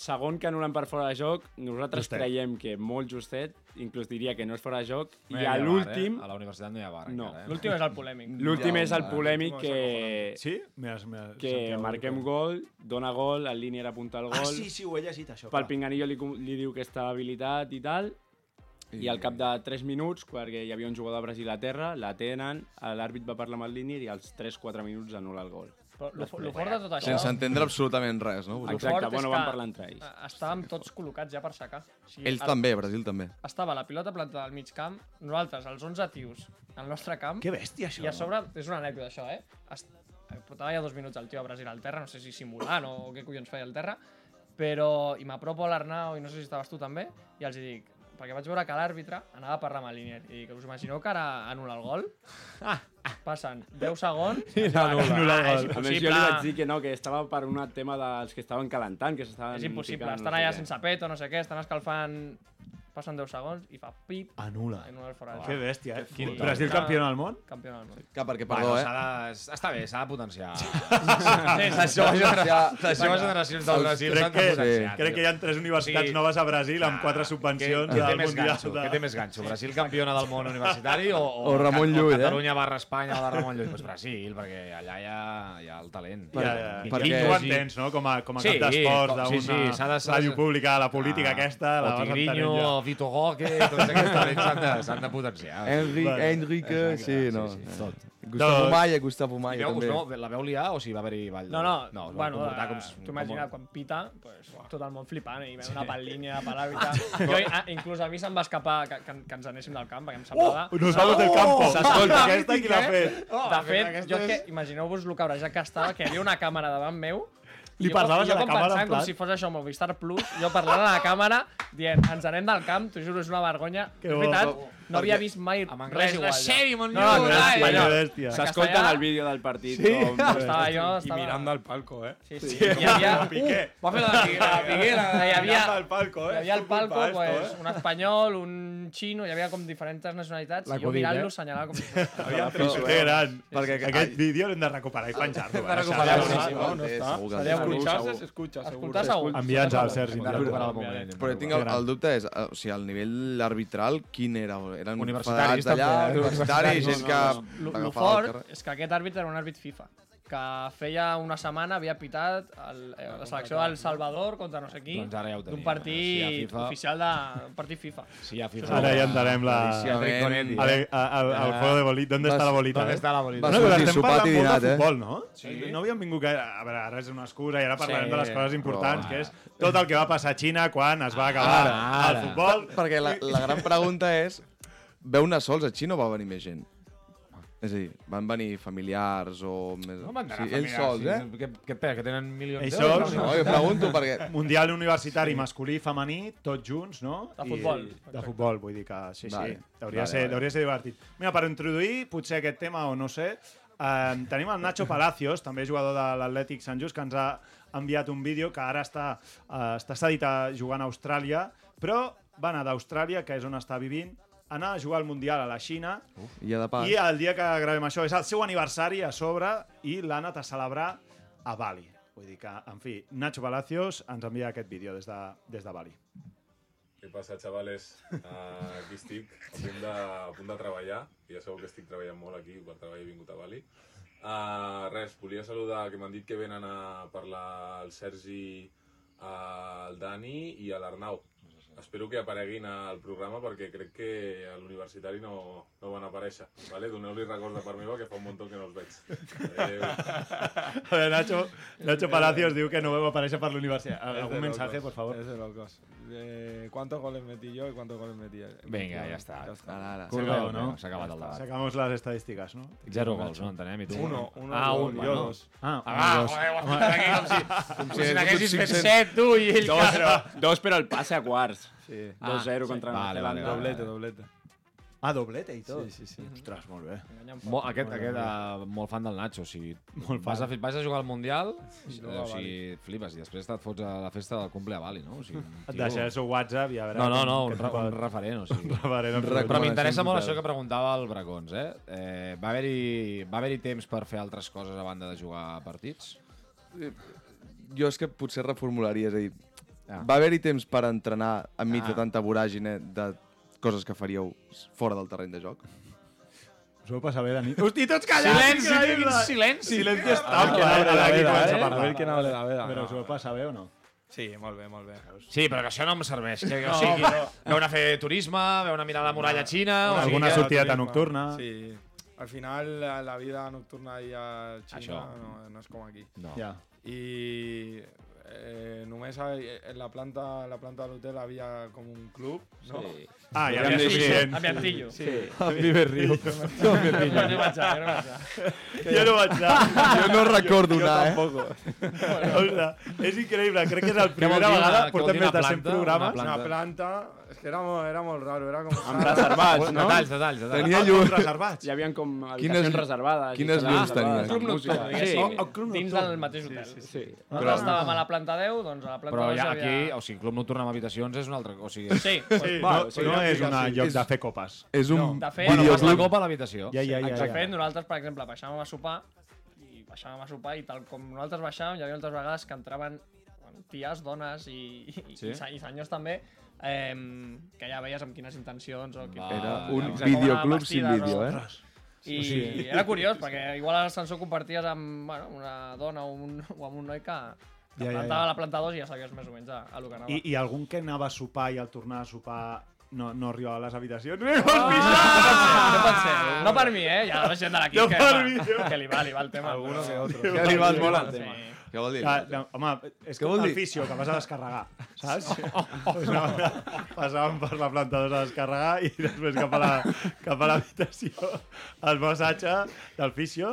[SPEAKER 9] segon que anulen per fora de joc, nosaltres
[SPEAKER 5] Justet.
[SPEAKER 9] creiem que molt justet, inclús diria que no és fora de joc,
[SPEAKER 5] No
[SPEAKER 9] i
[SPEAKER 5] hi
[SPEAKER 9] a
[SPEAKER 5] havia bar,
[SPEAKER 9] l'últim...
[SPEAKER 5] eh? A la universitat no hi ha bar,
[SPEAKER 9] No.
[SPEAKER 5] encara, eh?
[SPEAKER 8] L'últim és el polèmic.
[SPEAKER 9] L'últim
[SPEAKER 5] Ja,
[SPEAKER 9] és el
[SPEAKER 5] home.
[SPEAKER 9] polèmic
[SPEAKER 5] L'últim
[SPEAKER 9] que...
[SPEAKER 4] Sí? Mira, mira,
[SPEAKER 9] que
[SPEAKER 4] Santiago
[SPEAKER 9] marquem gol, dona gol, el línia era apuntar el
[SPEAKER 4] Ah,
[SPEAKER 9] gol.
[SPEAKER 4] sí, sí, ho he llegit, això, clar.
[SPEAKER 9] Pel Pinganillo li, com- li diu que està habilitat i tal. I,
[SPEAKER 6] I-
[SPEAKER 9] al cap de 3 minuts, perquè hi havia un jugador de Brasil a terra, la tenen, l'àrbit va parlar amb el línia i als 3-4 minuts anul·la el gol.
[SPEAKER 8] Però lo fo- lo fort de tot això-
[SPEAKER 6] Sense entendre absolutament res, no?
[SPEAKER 8] Lo
[SPEAKER 9] Exacte,
[SPEAKER 8] fort és
[SPEAKER 9] bueno,
[SPEAKER 8] que
[SPEAKER 9] van parlar entre ells.
[SPEAKER 8] eh, Estàvem tots col·locats ja per secar. O sigui,
[SPEAKER 6] Ells també, Brasil també.
[SPEAKER 8] Estava la pilota plantada al mig camp, nosaltres, els 11 tios, al nostre camp...
[SPEAKER 6] Que bèstia, això.
[SPEAKER 8] I a sobre, és una anècdota, això, eh? Est portava ja dos minuts el tio a Brasil al terra, no sé si simulant o què collons feia al terra, però... I m'apropo a l'Arnau, i no sé si estaves tu també, i els hi dic perquè vaig veure que l'àrbitre anava a parlar amb el Linier i dic, us imagineu que ara anul·la el gol? Passen 10 segons
[SPEAKER 9] I l'anul·la.
[SPEAKER 8] Ah, és
[SPEAKER 9] A més, jo li
[SPEAKER 8] impossible.
[SPEAKER 9] vaig dir que no, que estava per un tema dels que estaven calentant, que s'estaven...
[SPEAKER 8] És impossible,
[SPEAKER 9] picant,
[SPEAKER 8] estan
[SPEAKER 9] no sé
[SPEAKER 8] allà
[SPEAKER 9] què.
[SPEAKER 8] sense pet o no sé què, estan escalfant... Passen 10 segons i fa pip...
[SPEAKER 4] Anul·la.
[SPEAKER 8] Anul·la el fora.
[SPEAKER 4] Que bèstia, eh?
[SPEAKER 5] Ah.
[SPEAKER 4] Brasil campió del món?
[SPEAKER 8] Campió del món.
[SPEAKER 6] Que perquè, perdó,
[SPEAKER 5] Perdó, bueno,
[SPEAKER 6] eh?
[SPEAKER 5] s'ha de, s- està bé, s'ha de
[SPEAKER 6] *laughs*
[SPEAKER 5] potenciar.
[SPEAKER 8] sí,
[SPEAKER 5] Les
[SPEAKER 4] sí.
[SPEAKER 5] joves generacions,
[SPEAKER 4] Bueno,
[SPEAKER 5] *laughs* les joves generacions del Brasil
[SPEAKER 4] crec
[SPEAKER 5] s'han de
[SPEAKER 4] que-
[SPEAKER 5] potenciar.
[SPEAKER 4] crec
[SPEAKER 5] tio.
[SPEAKER 4] que hi ha tres universitats noves a Brasil amb quatre subvencions
[SPEAKER 5] que, que
[SPEAKER 4] del
[SPEAKER 5] té més
[SPEAKER 4] Mundial
[SPEAKER 5] ganxo,
[SPEAKER 4] de-
[SPEAKER 5] que té més ganxo. Brasil campiona del món universitari o,
[SPEAKER 6] O Ramon Llull, eh?
[SPEAKER 5] Catalunya barra Espanya o la Ramon Llull. Pues Brasil, perquè allà hi ha, hi ha el talent.
[SPEAKER 4] Per- I tu ho entens, no? Com a, com a cap d'esports d'una ràdio pública, la
[SPEAKER 5] Ah,
[SPEAKER 4] política aquesta, la
[SPEAKER 5] o
[SPEAKER 4] vas entenent
[SPEAKER 5] Tigrinho,
[SPEAKER 4] ja.
[SPEAKER 5] o Vito Roque, tots aquests talents s'han de, s'han de potenciar.
[SPEAKER 6] Enric,
[SPEAKER 5] Vale.
[SPEAKER 6] Enrique,
[SPEAKER 5] Exacte,
[SPEAKER 6] sí, no.
[SPEAKER 5] Tot.
[SPEAKER 6] Gustavo
[SPEAKER 5] Tot.
[SPEAKER 6] Maia, Gustavo
[SPEAKER 5] I
[SPEAKER 6] Maia,
[SPEAKER 5] veu, us
[SPEAKER 6] també.
[SPEAKER 5] veu- la veu liar o si va haver-hi ball?
[SPEAKER 8] No, no,
[SPEAKER 5] no
[SPEAKER 8] no
[SPEAKER 5] es van
[SPEAKER 8] bueno, eh,
[SPEAKER 5] comportar com...
[SPEAKER 8] tu imagina quan pita, pues, tot el món flipant, i ve
[SPEAKER 5] Sí.
[SPEAKER 8] una pel línia de palàbita. jo, ah, inclús a mi se'm va escapar que, que, que ens anéssim del camp, perquè em semblava...
[SPEAKER 4] Oh, nos vamos del campo. S'escolta, aquesta qui l'ha fet?
[SPEAKER 8] Oh, de fet,
[SPEAKER 4] aquesta
[SPEAKER 8] jo és que,
[SPEAKER 4] és-
[SPEAKER 8] imagineu-vos lo cabrejat que estava, que hi havia una càmera davant meu, i
[SPEAKER 4] Li parlaves
[SPEAKER 8] jo,
[SPEAKER 4] a la
[SPEAKER 8] com
[SPEAKER 4] càmera, en
[SPEAKER 8] pensant
[SPEAKER 4] plan?
[SPEAKER 8] com si fos això, Movistar Plus, jo parlant a la càmera, dient, ens anem del camp, t'ho juro, és una vergonya.
[SPEAKER 9] Que
[SPEAKER 8] és
[SPEAKER 9] bo,
[SPEAKER 8] veritat,
[SPEAKER 9] bo.
[SPEAKER 8] no havia
[SPEAKER 9] Perquè
[SPEAKER 8] vist mai
[SPEAKER 9] anglès
[SPEAKER 8] res
[SPEAKER 9] és
[SPEAKER 8] igual.
[SPEAKER 9] la Xevi,
[SPEAKER 8] no,
[SPEAKER 9] mon
[SPEAKER 8] no,
[SPEAKER 9] Déu,
[SPEAKER 8] no,
[SPEAKER 9] Espanya,
[SPEAKER 8] no.
[SPEAKER 9] bèstia. S'escolta
[SPEAKER 8] Castellà,
[SPEAKER 9] el vídeo del partit,
[SPEAKER 8] Sí.
[SPEAKER 9] com-
[SPEAKER 8] Estava jo,
[SPEAKER 9] I
[SPEAKER 8] estava...
[SPEAKER 9] mirando
[SPEAKER 7] al palco, eh?
[SPEAKER 8] Sí, sí.
[SPEAKER 9] Sí.
[SPEAKER 8] Hi havia...
[SPEAKER 9] Piqué.
[SPEAKER 8] Uh, va fer la de Piqué, la de Piqué. la- Hi havia...
[SPEAKER 9] Mirando al palco, eh?
[SPEAKER 8] Hi havia al
[SPEAKER 9] És tu culpa,
[SPEAKER 8] palco,
[SPEAKER 9] esto,
[SPEAKER 8] pues,
[SPEAKER 9] eh?
[SPEAKER 8] un espanyol, un xino, hi havia com diferents nacionalitats, i jo
[SPEAKER 4] L'acudit,
[SPEAKER 8] mirant-lo
[SPEAKER 4] eh?
[SPEAKER 8] senyalava com...
[SPEAKER 9] *laughs*
[SPEAKER 4] Aviam, però que gran. Perquè aquest vídeo l'hem de recuperar i penjar-lo. eh,
[SPEAKER 8] Hem de recuperar, sí, sí, no, no està. S'ha d'escoltar, s'escolta, Escoltar segur. segur.
[SPEAKER 4] Envia'ns al Sergi.
[SPEAKER 6] Però tinc el, el dubte és, eh, o sigui, al nivell arbitral, quin era? Eren
[SPEAKER 5] Universitaris,
[SPEAKER 6] federats d'allà,
[SPEAKER 5] també, eh?
[SPEAKER 6] universitaris,
[SPEAKER 5] No,
[SPEAKER 6] gent
[SPEAKER 5] no,
[SPEAKER 6] que
[SPEAKER 5] no,
[SPEAKER 8] Lo, lo
[SPEAKER 6] agafava el
[SPEAKER 8] fort
[SPEAKER 6] carrer.
[SPEAKER 8] és que aquest àrbitre era un àrbit FIFA, que feia una setmana havia pitat el, eh, la selecció del Salvador contra no sé qui,
[SPEAKER 5] Doncs ara ja ho
[SPEAKER 8] d'un
[SPEAKER 5] tenim, eh? Si hi ha
[SPEAKER 8] partit
[SPEAKER 5] FIFA.
[SPEAKER 8] oficial de... un partit FIFA.
[SPEAKER 5] Sí, ha FIFA.
[SPEAKER 4] Ara ja entenem la... A veure, a- a- Al
[SPEAKER 6] Eh,
[SPEAKER 4] juego de bolit. ¿Dónde está la bolita?
[SPEAKER 5] ¿Dónde
[SPEAKER 4] eh?
[SPEAKER 5] está la bolita?
[SPEAKER 4] Bueno, però estem
[SPEAKER 5] sopat
[SPEAKER 4] parlant
[SPEAKER 5] i
[SPEAKER 4] molt
[SPEAKER 5] dinat,
[SPEAKER 4] de
[SPEAKER 5] eh?
[SPEAKER 4] futbol, no? No havíem vingut gaire... A veure, ara és una excusa i ara parlarem
[SPEAKER 6] Sí,
[SPEAKER 4] de les coses importants,
[SPEAKER 6] però- Ah,
[SPEAKER 4] que és tot el que va passar a Xina quan es va acabar
[SPEAKER 6] Ara,
[SPEAKER 4] el futbol.
[SPEAKER 6] Perquè la, la gran pregunta és, veu una sols a Xina o va venir més gent? És a dir, van venir familiars o... Més...
[SPEAKER 5] No van anar
[SPEAKER 6] sí, ells sols, eh?
[SPEAKER 5] eh? Què, què pega, que tenen milions
[SPEAKER 4] Ells
[SPEAKER 5] d'euros?
[SPEAKER 4] sols.
[SPEAKER 6] No, jo pregunto perquè-
[SPEAKER 4] Mundial universitari masculí i femení, tots junts, no?
[SPEAKER 8] De
[SPEAKER 4] I-
[SPEAKER 8] futbol,
[SPEAKER 4] De
[SPEAKER 8] exacte.
[SPEAKER 4] futbol, vull dir que sí,
[SPEAKER 6] Vale,
[SPEAKER 4] sí. Hauria,
[SPEAKER 6] vale,
[SPEAKER 4] ser,
[SPEAKER 6] vale.
[SPEAKER 4] hauria ser divertit. Mira, per introduir potser aquest tema o no sé, eh, tenim el Nacho Palacios, també jugador de l'Atlètic Sant Just, que ens ha enviat un vídeo que ara està, eh, està cedit a jugant a Austràlia, però va anar d'Austràlia, que és on està vivint, anar a jugar al Mundial a la Xina,
[SPEAKER 6] I ja de pas.
[SPEAKER 4] i el dia que gravem això és el seu aniversari a sobre i l'ha anat a celebrar a Bali. Vull dir que, en fi, Nacho Palacios ens envia aquest vídeo des de, des de Bali.
[SPEAKER 11] Què passa, xavales? Uh, aquí estic, a punt, de, a punt de treballar. i Ja sabeu que estic treballant molt aquí, per treballar he vingut a Bali. Uh, res, volia saludar, que m'han dit que venen a parlar el Sergi, eh, el Dani i a l'Arnau. Espero que apareguin al programa perquè crec que a l'universitari no, no van aparèixer. Vale? Doneu-li records de part meva que fa un munt que no els veig. Adéu.
[SPEAKER 4] A veure, Nacho, Nacho Palacios diu que no vam aparèixer per l'universitat.
[SPEAKER 7] Es de
[SPEAKER 4] Algun
[SPEAKER 7] locos,
[SPEAKER 4] mensaje, por favor?
[SPEAKER 7] Es de locos. Eh, ¿Cuántos goles metí yo y cuántos goles metí él?
[SPEAKER 5] Vinga, ja està.
[SPEAKER 7] Ya está.
[SPEAKER 6] Ara, ara.
[SPEAKER 5] Correcte.
[SPEAKER 4] S'acaba,
[SPEAKER 5] Correcte, s'ha acabat el debat.
[SPEAKER 4] S'acabamos les estadístiques, no?
[SPEAKER 5] Zero gols, no entenem? I tu?
[SPEAKER 7] Uno, uno,
[SPEAKER 5] ah,
[SPEAKER 7] dos,
[SPEAKER 5] un,
[SPEAKER 7] jo
[SPEAKER 5] bueno.
[SPEAKER 7] dos.
[SPEAKER 4] Ah,
[SPEAKER 5] Ah,
[SPEAKER 4] dos.
[SPEAKER 5] joder, ho has portat aquí com si, com si n'haguessis fet
[SPEAKER 6] 500.
[SPEAKER 5] set, tu, i ell...
[SPEAKER 9] Dos, dos però el passe a quarts.
[SPEAKER 7] Sí.
[SPEAKER 5] Ah,
[SPEAKER 9] 2-0 contra
[SPEAKER 5] sí.
[SPEAKER 9] Nova
[SPEAKER 5] Vale,
[SPEAKER 9] Zelanda.
[SPEAKER 5] vale,
[SPEAKER 7] Doblete, doblete.
[SPEAKER 4] Ah, doblete i tot.
[SPEAKER 7] Sí, sí, sí.
[SPEAKER 4] Ostres, molt bé.
[SPEAKER 8] Enganyant poc.
[SPEAKER 5] Mo, aquest, aquest uh, molt fan del Nacho, o sigui,
[SPEAKER 4] Molt
[SPEAKER 5] vas
[SPEAKER 4] fan.
[SPEAKER 5] a, fer- vas a jugar al Mundial,
[SPEAKER 7] I
[SPEAKER 5] eh,
[SPEAKER 7] no va
[SPEAKER 5] o sigui, flipes, i després te't fots a la festa del cumple a Bali, no? O sigui, un
[SPEAKER 4] Et
[SPEAKER 5] tio-
[SPEAKER 4] deixaré el seu WhatsApp i a veure...
[SPEAKER 5] No, no,
[SPEAKER 4] *laughs*
[SPEAKER 5] no,
[SPEAKER 4] què
[SPEAKER 5] un,
[SPEAKER 4] et
[SPEAKER 5] re,
[SPEAKER 4] pot-
[SPEAKER 5] un referent,
[SPEAKER 4] *laughs*
[SPEAKER 5] o sigui.
[SPEAKER 4] Reparem en
[SPEAKER 6] Recordo-
[SPEAKER 5] Però m'interessa molt
[SPEAKER 6] Recomanacions
[SPEAKER 5] això que preguntava el Bracons, eh? eh va haver-hi va haver temps per fer altres coses a banda de jugar a partits?
[SPEAKER 6] Jo és que potser reformularia, és a dir, va haver-hi temps per entrenar enmig
[SPEAKER 5] Ah.
[SPEAKER 6] de tanta voràgine de coses que faríeu fora del terreny de joc?
[SPEAKER 4] Us ho passar bé de nit. Hosti, tots callats!
[SPEAKER 5] Silenci,
[SPEAKER 4] increïble!
[SPEAKER 5] quin silenci!
[SPEAKER 4] Silenci estable. Ah,
[SPEAKER 7] ara
[SPEAKER 4] aquí
[SPEAKER 7] aquí
[SPEAKER 4] comença
[SPEAKER 7] eh?
[SPEAKER 4] a parlar.
[SPEAKER 7] A ver quién hable la veda.
[SPEAKER 4] Però
[SPEAKER 7] No.
[SPEAKER 4] us ho passa bé o no?
[SPEAKER 7] Sí, molt bé, molt bé.
[SPEAKER 5] Sí, però que això no em serveix. Que, o sigui, veu anar a fer turisme, veu anar a mirar la muralla xina... O sigui,
[SPEAKER 4] Alguna
[SPEAKER 5] que-
[SPEAKER 4] sortida
[SPEAKER 7] Turisme.
[SPEAKER 4] nocturna.
[SPEAKER 7] Sí. Al final, la, la vida nocturna ahí a Xina
[SPEAKER 5] Això.
[SPEAKER 7] no, no és com aquí.
[SPEAKER 5] No.
[SPEAKER 4] Ja.
[SPEAKER 7] i eh, només a, en la planta, la planta de l'hotel havia com un club, no? Sí.
[SPEAKER 4] Ah, ja
[SPEAKER 9] Podríem
[SPEAKER 4] havia
[SPEAKER 9] dir
[SPEAKER 4] suficient.
[SPEAKER 8] Amiantillo. Sí. No
[SPEAKER 4] Jo
[SPEAKER 8] vaig anar, jo no vaig anar.
[SPEAKER 4] no vaig anar.
[SPEAKER 6] Jo no recordo anar, eh?
[SPEAKER 7] Poco.
[SPEAKER 4] Ostres, és increïble. Crec que és la
[SPEAKER 5] vol
[SPEAKER 4] primera
[SPEAKER 5] dir una-
[SPEAKER 4] vegada.
[SPEAKER 5] què vol
[SPEAKER 4] Portem
[SPEAKER 5] dir una
[SPEAKER 4] més de 100
[SPEAKER 5] planta? Una
[SPEAKER 4] programes.
[SPEAKER 7] Una planta... És que era, mo- era molt raro, era com...
[SPEAKER 9] Amb reservats, no?
[SPEAKER 5] Detalls, detalls, detalls.
[SPEAKER 6] Tenia llum.
[SPEAKER 9] Hi havia com habitacions
[SPEAKER 6] Quines-
[SPEAKER 9] reservades.
[SPEAKER 6] quines
[SPEAKER 9] instal·lades,
[SPEAKER 6] llums tenia?
[SPEAKER 9] reservades,
[SPEAKER 8] Club
[SPEAKER 9] amb música.
[SPEAKER 8] nocturn, diguéssim.
[SPEAKER 9] Sí.
[SPEAKER 8] Dins del mateix hotel. Sí, sí,
[SPEAKER 9] Sí.
[SPEAKER 8] Nosaltres estàvem a la planta 10, doncs a la planta
[SPEAKER 5] Però
[SPEAKER 8] 2 hi
[SPEAKER 5] ja
[SPEAKER 8] havia...
[SPEAKER 5] aquí, o sigui, Club Nocturn amb habitacions és un altre... O sigui, és-
[SPEAKER 8] *laughs* Sí, sí.
[SPEAKER 4] No,
[SPEAKER 9] sí,
[SPEAKER 4] no és un
[SPEAKER 9] sí.
[SPEAKER 4] lloc
[SPEAKER 6] És-
[SPEAKER 4] de fer copes.
[SPEAKER 6] És un
[SPEAKER 8] de fet-
[SPEAKER 5] Bueno, fas la
[SPEAKER 6] videoclub.
[SPEAKER 5] copa a l'habitació.
[SPEAKER 4] Ja, ja, ja.
[SPEAKER 8] De fet,
[SPEAKER 4] ja.
[SPEAKER 8] nosaltres, per exemple, baixàvem a sopar i baixàvem a sopar i tal com nosaltres baixàvem, hi havia altres vegades que entraven bueno, ties, dones i, i,
[SPEAKER 5] Sí?
[SPEAKER 8] sí? i senyors també, eh, que ja veies amb quines intencions o quin...
[SPEAKER 5] Va,
[SPEAKER 6] Era
[SPEAKER 5] Ah,
[SPEAKER 6] un
[SPEAKER 5] ja, ja.
[SPEAKER 6] videoclub sin
[SPEAKER 8] Vestides,
[SPEAKER 6] vídeo, eh?
[SPEAKER 8] I era curiós, perquè igual a l'ascensor comparties amb bueno, una dona o, un, o amb un noi que, que
[SPEAKER 4] Ja, ja,
[SPEAKER 8] plantava
[SPEAKER 4] ja.
[SPEAKER 8] la planta 2 i ja sabies més o menys a, a lo que anava.
[SPEAKER 4] I, I algun que anava a sopar i al tornar a sopar no, no arribava a les habitacions.
[SPEAKER 9] Ah!
[SPEAKER 4] *laughs* No, no,
[SPEAKER 8] No pot ser, no per mi, eh? Hi ha gent de l'equip
[SPEAKER 4] No
[SPEAKER 8] que,
[SPEAKER 4] per
[SPEAKER 8] va-
[SPEAKER 4] mi, tio.
[SPEAKER 8] que li va, li va el tema.
[SPEAKER 7] Alguno que otro.
[SPEAKER 6] Que li vas molt al
[SPEAKER 8] Sí.
[SPEAKER 6] tema. Què vol dir?
[SPEAKER 4] Ja, Ah, no, home, és que
[SPEAKER 6] vol
[SPEAKER 4] un
[SPEAKER 6] dir?
[SPEAKER 4] fisio que vas a descarregar,
[SPEAKER 9] *laughs*
[SPEAKER 4] saps?
[SPEAKER 9] Oh.
[SPEAKER 4] *laughs* Pues no, passàvem per la planta 2 a descarregar i després cap a la, cap a l'habitació el massatge del fisio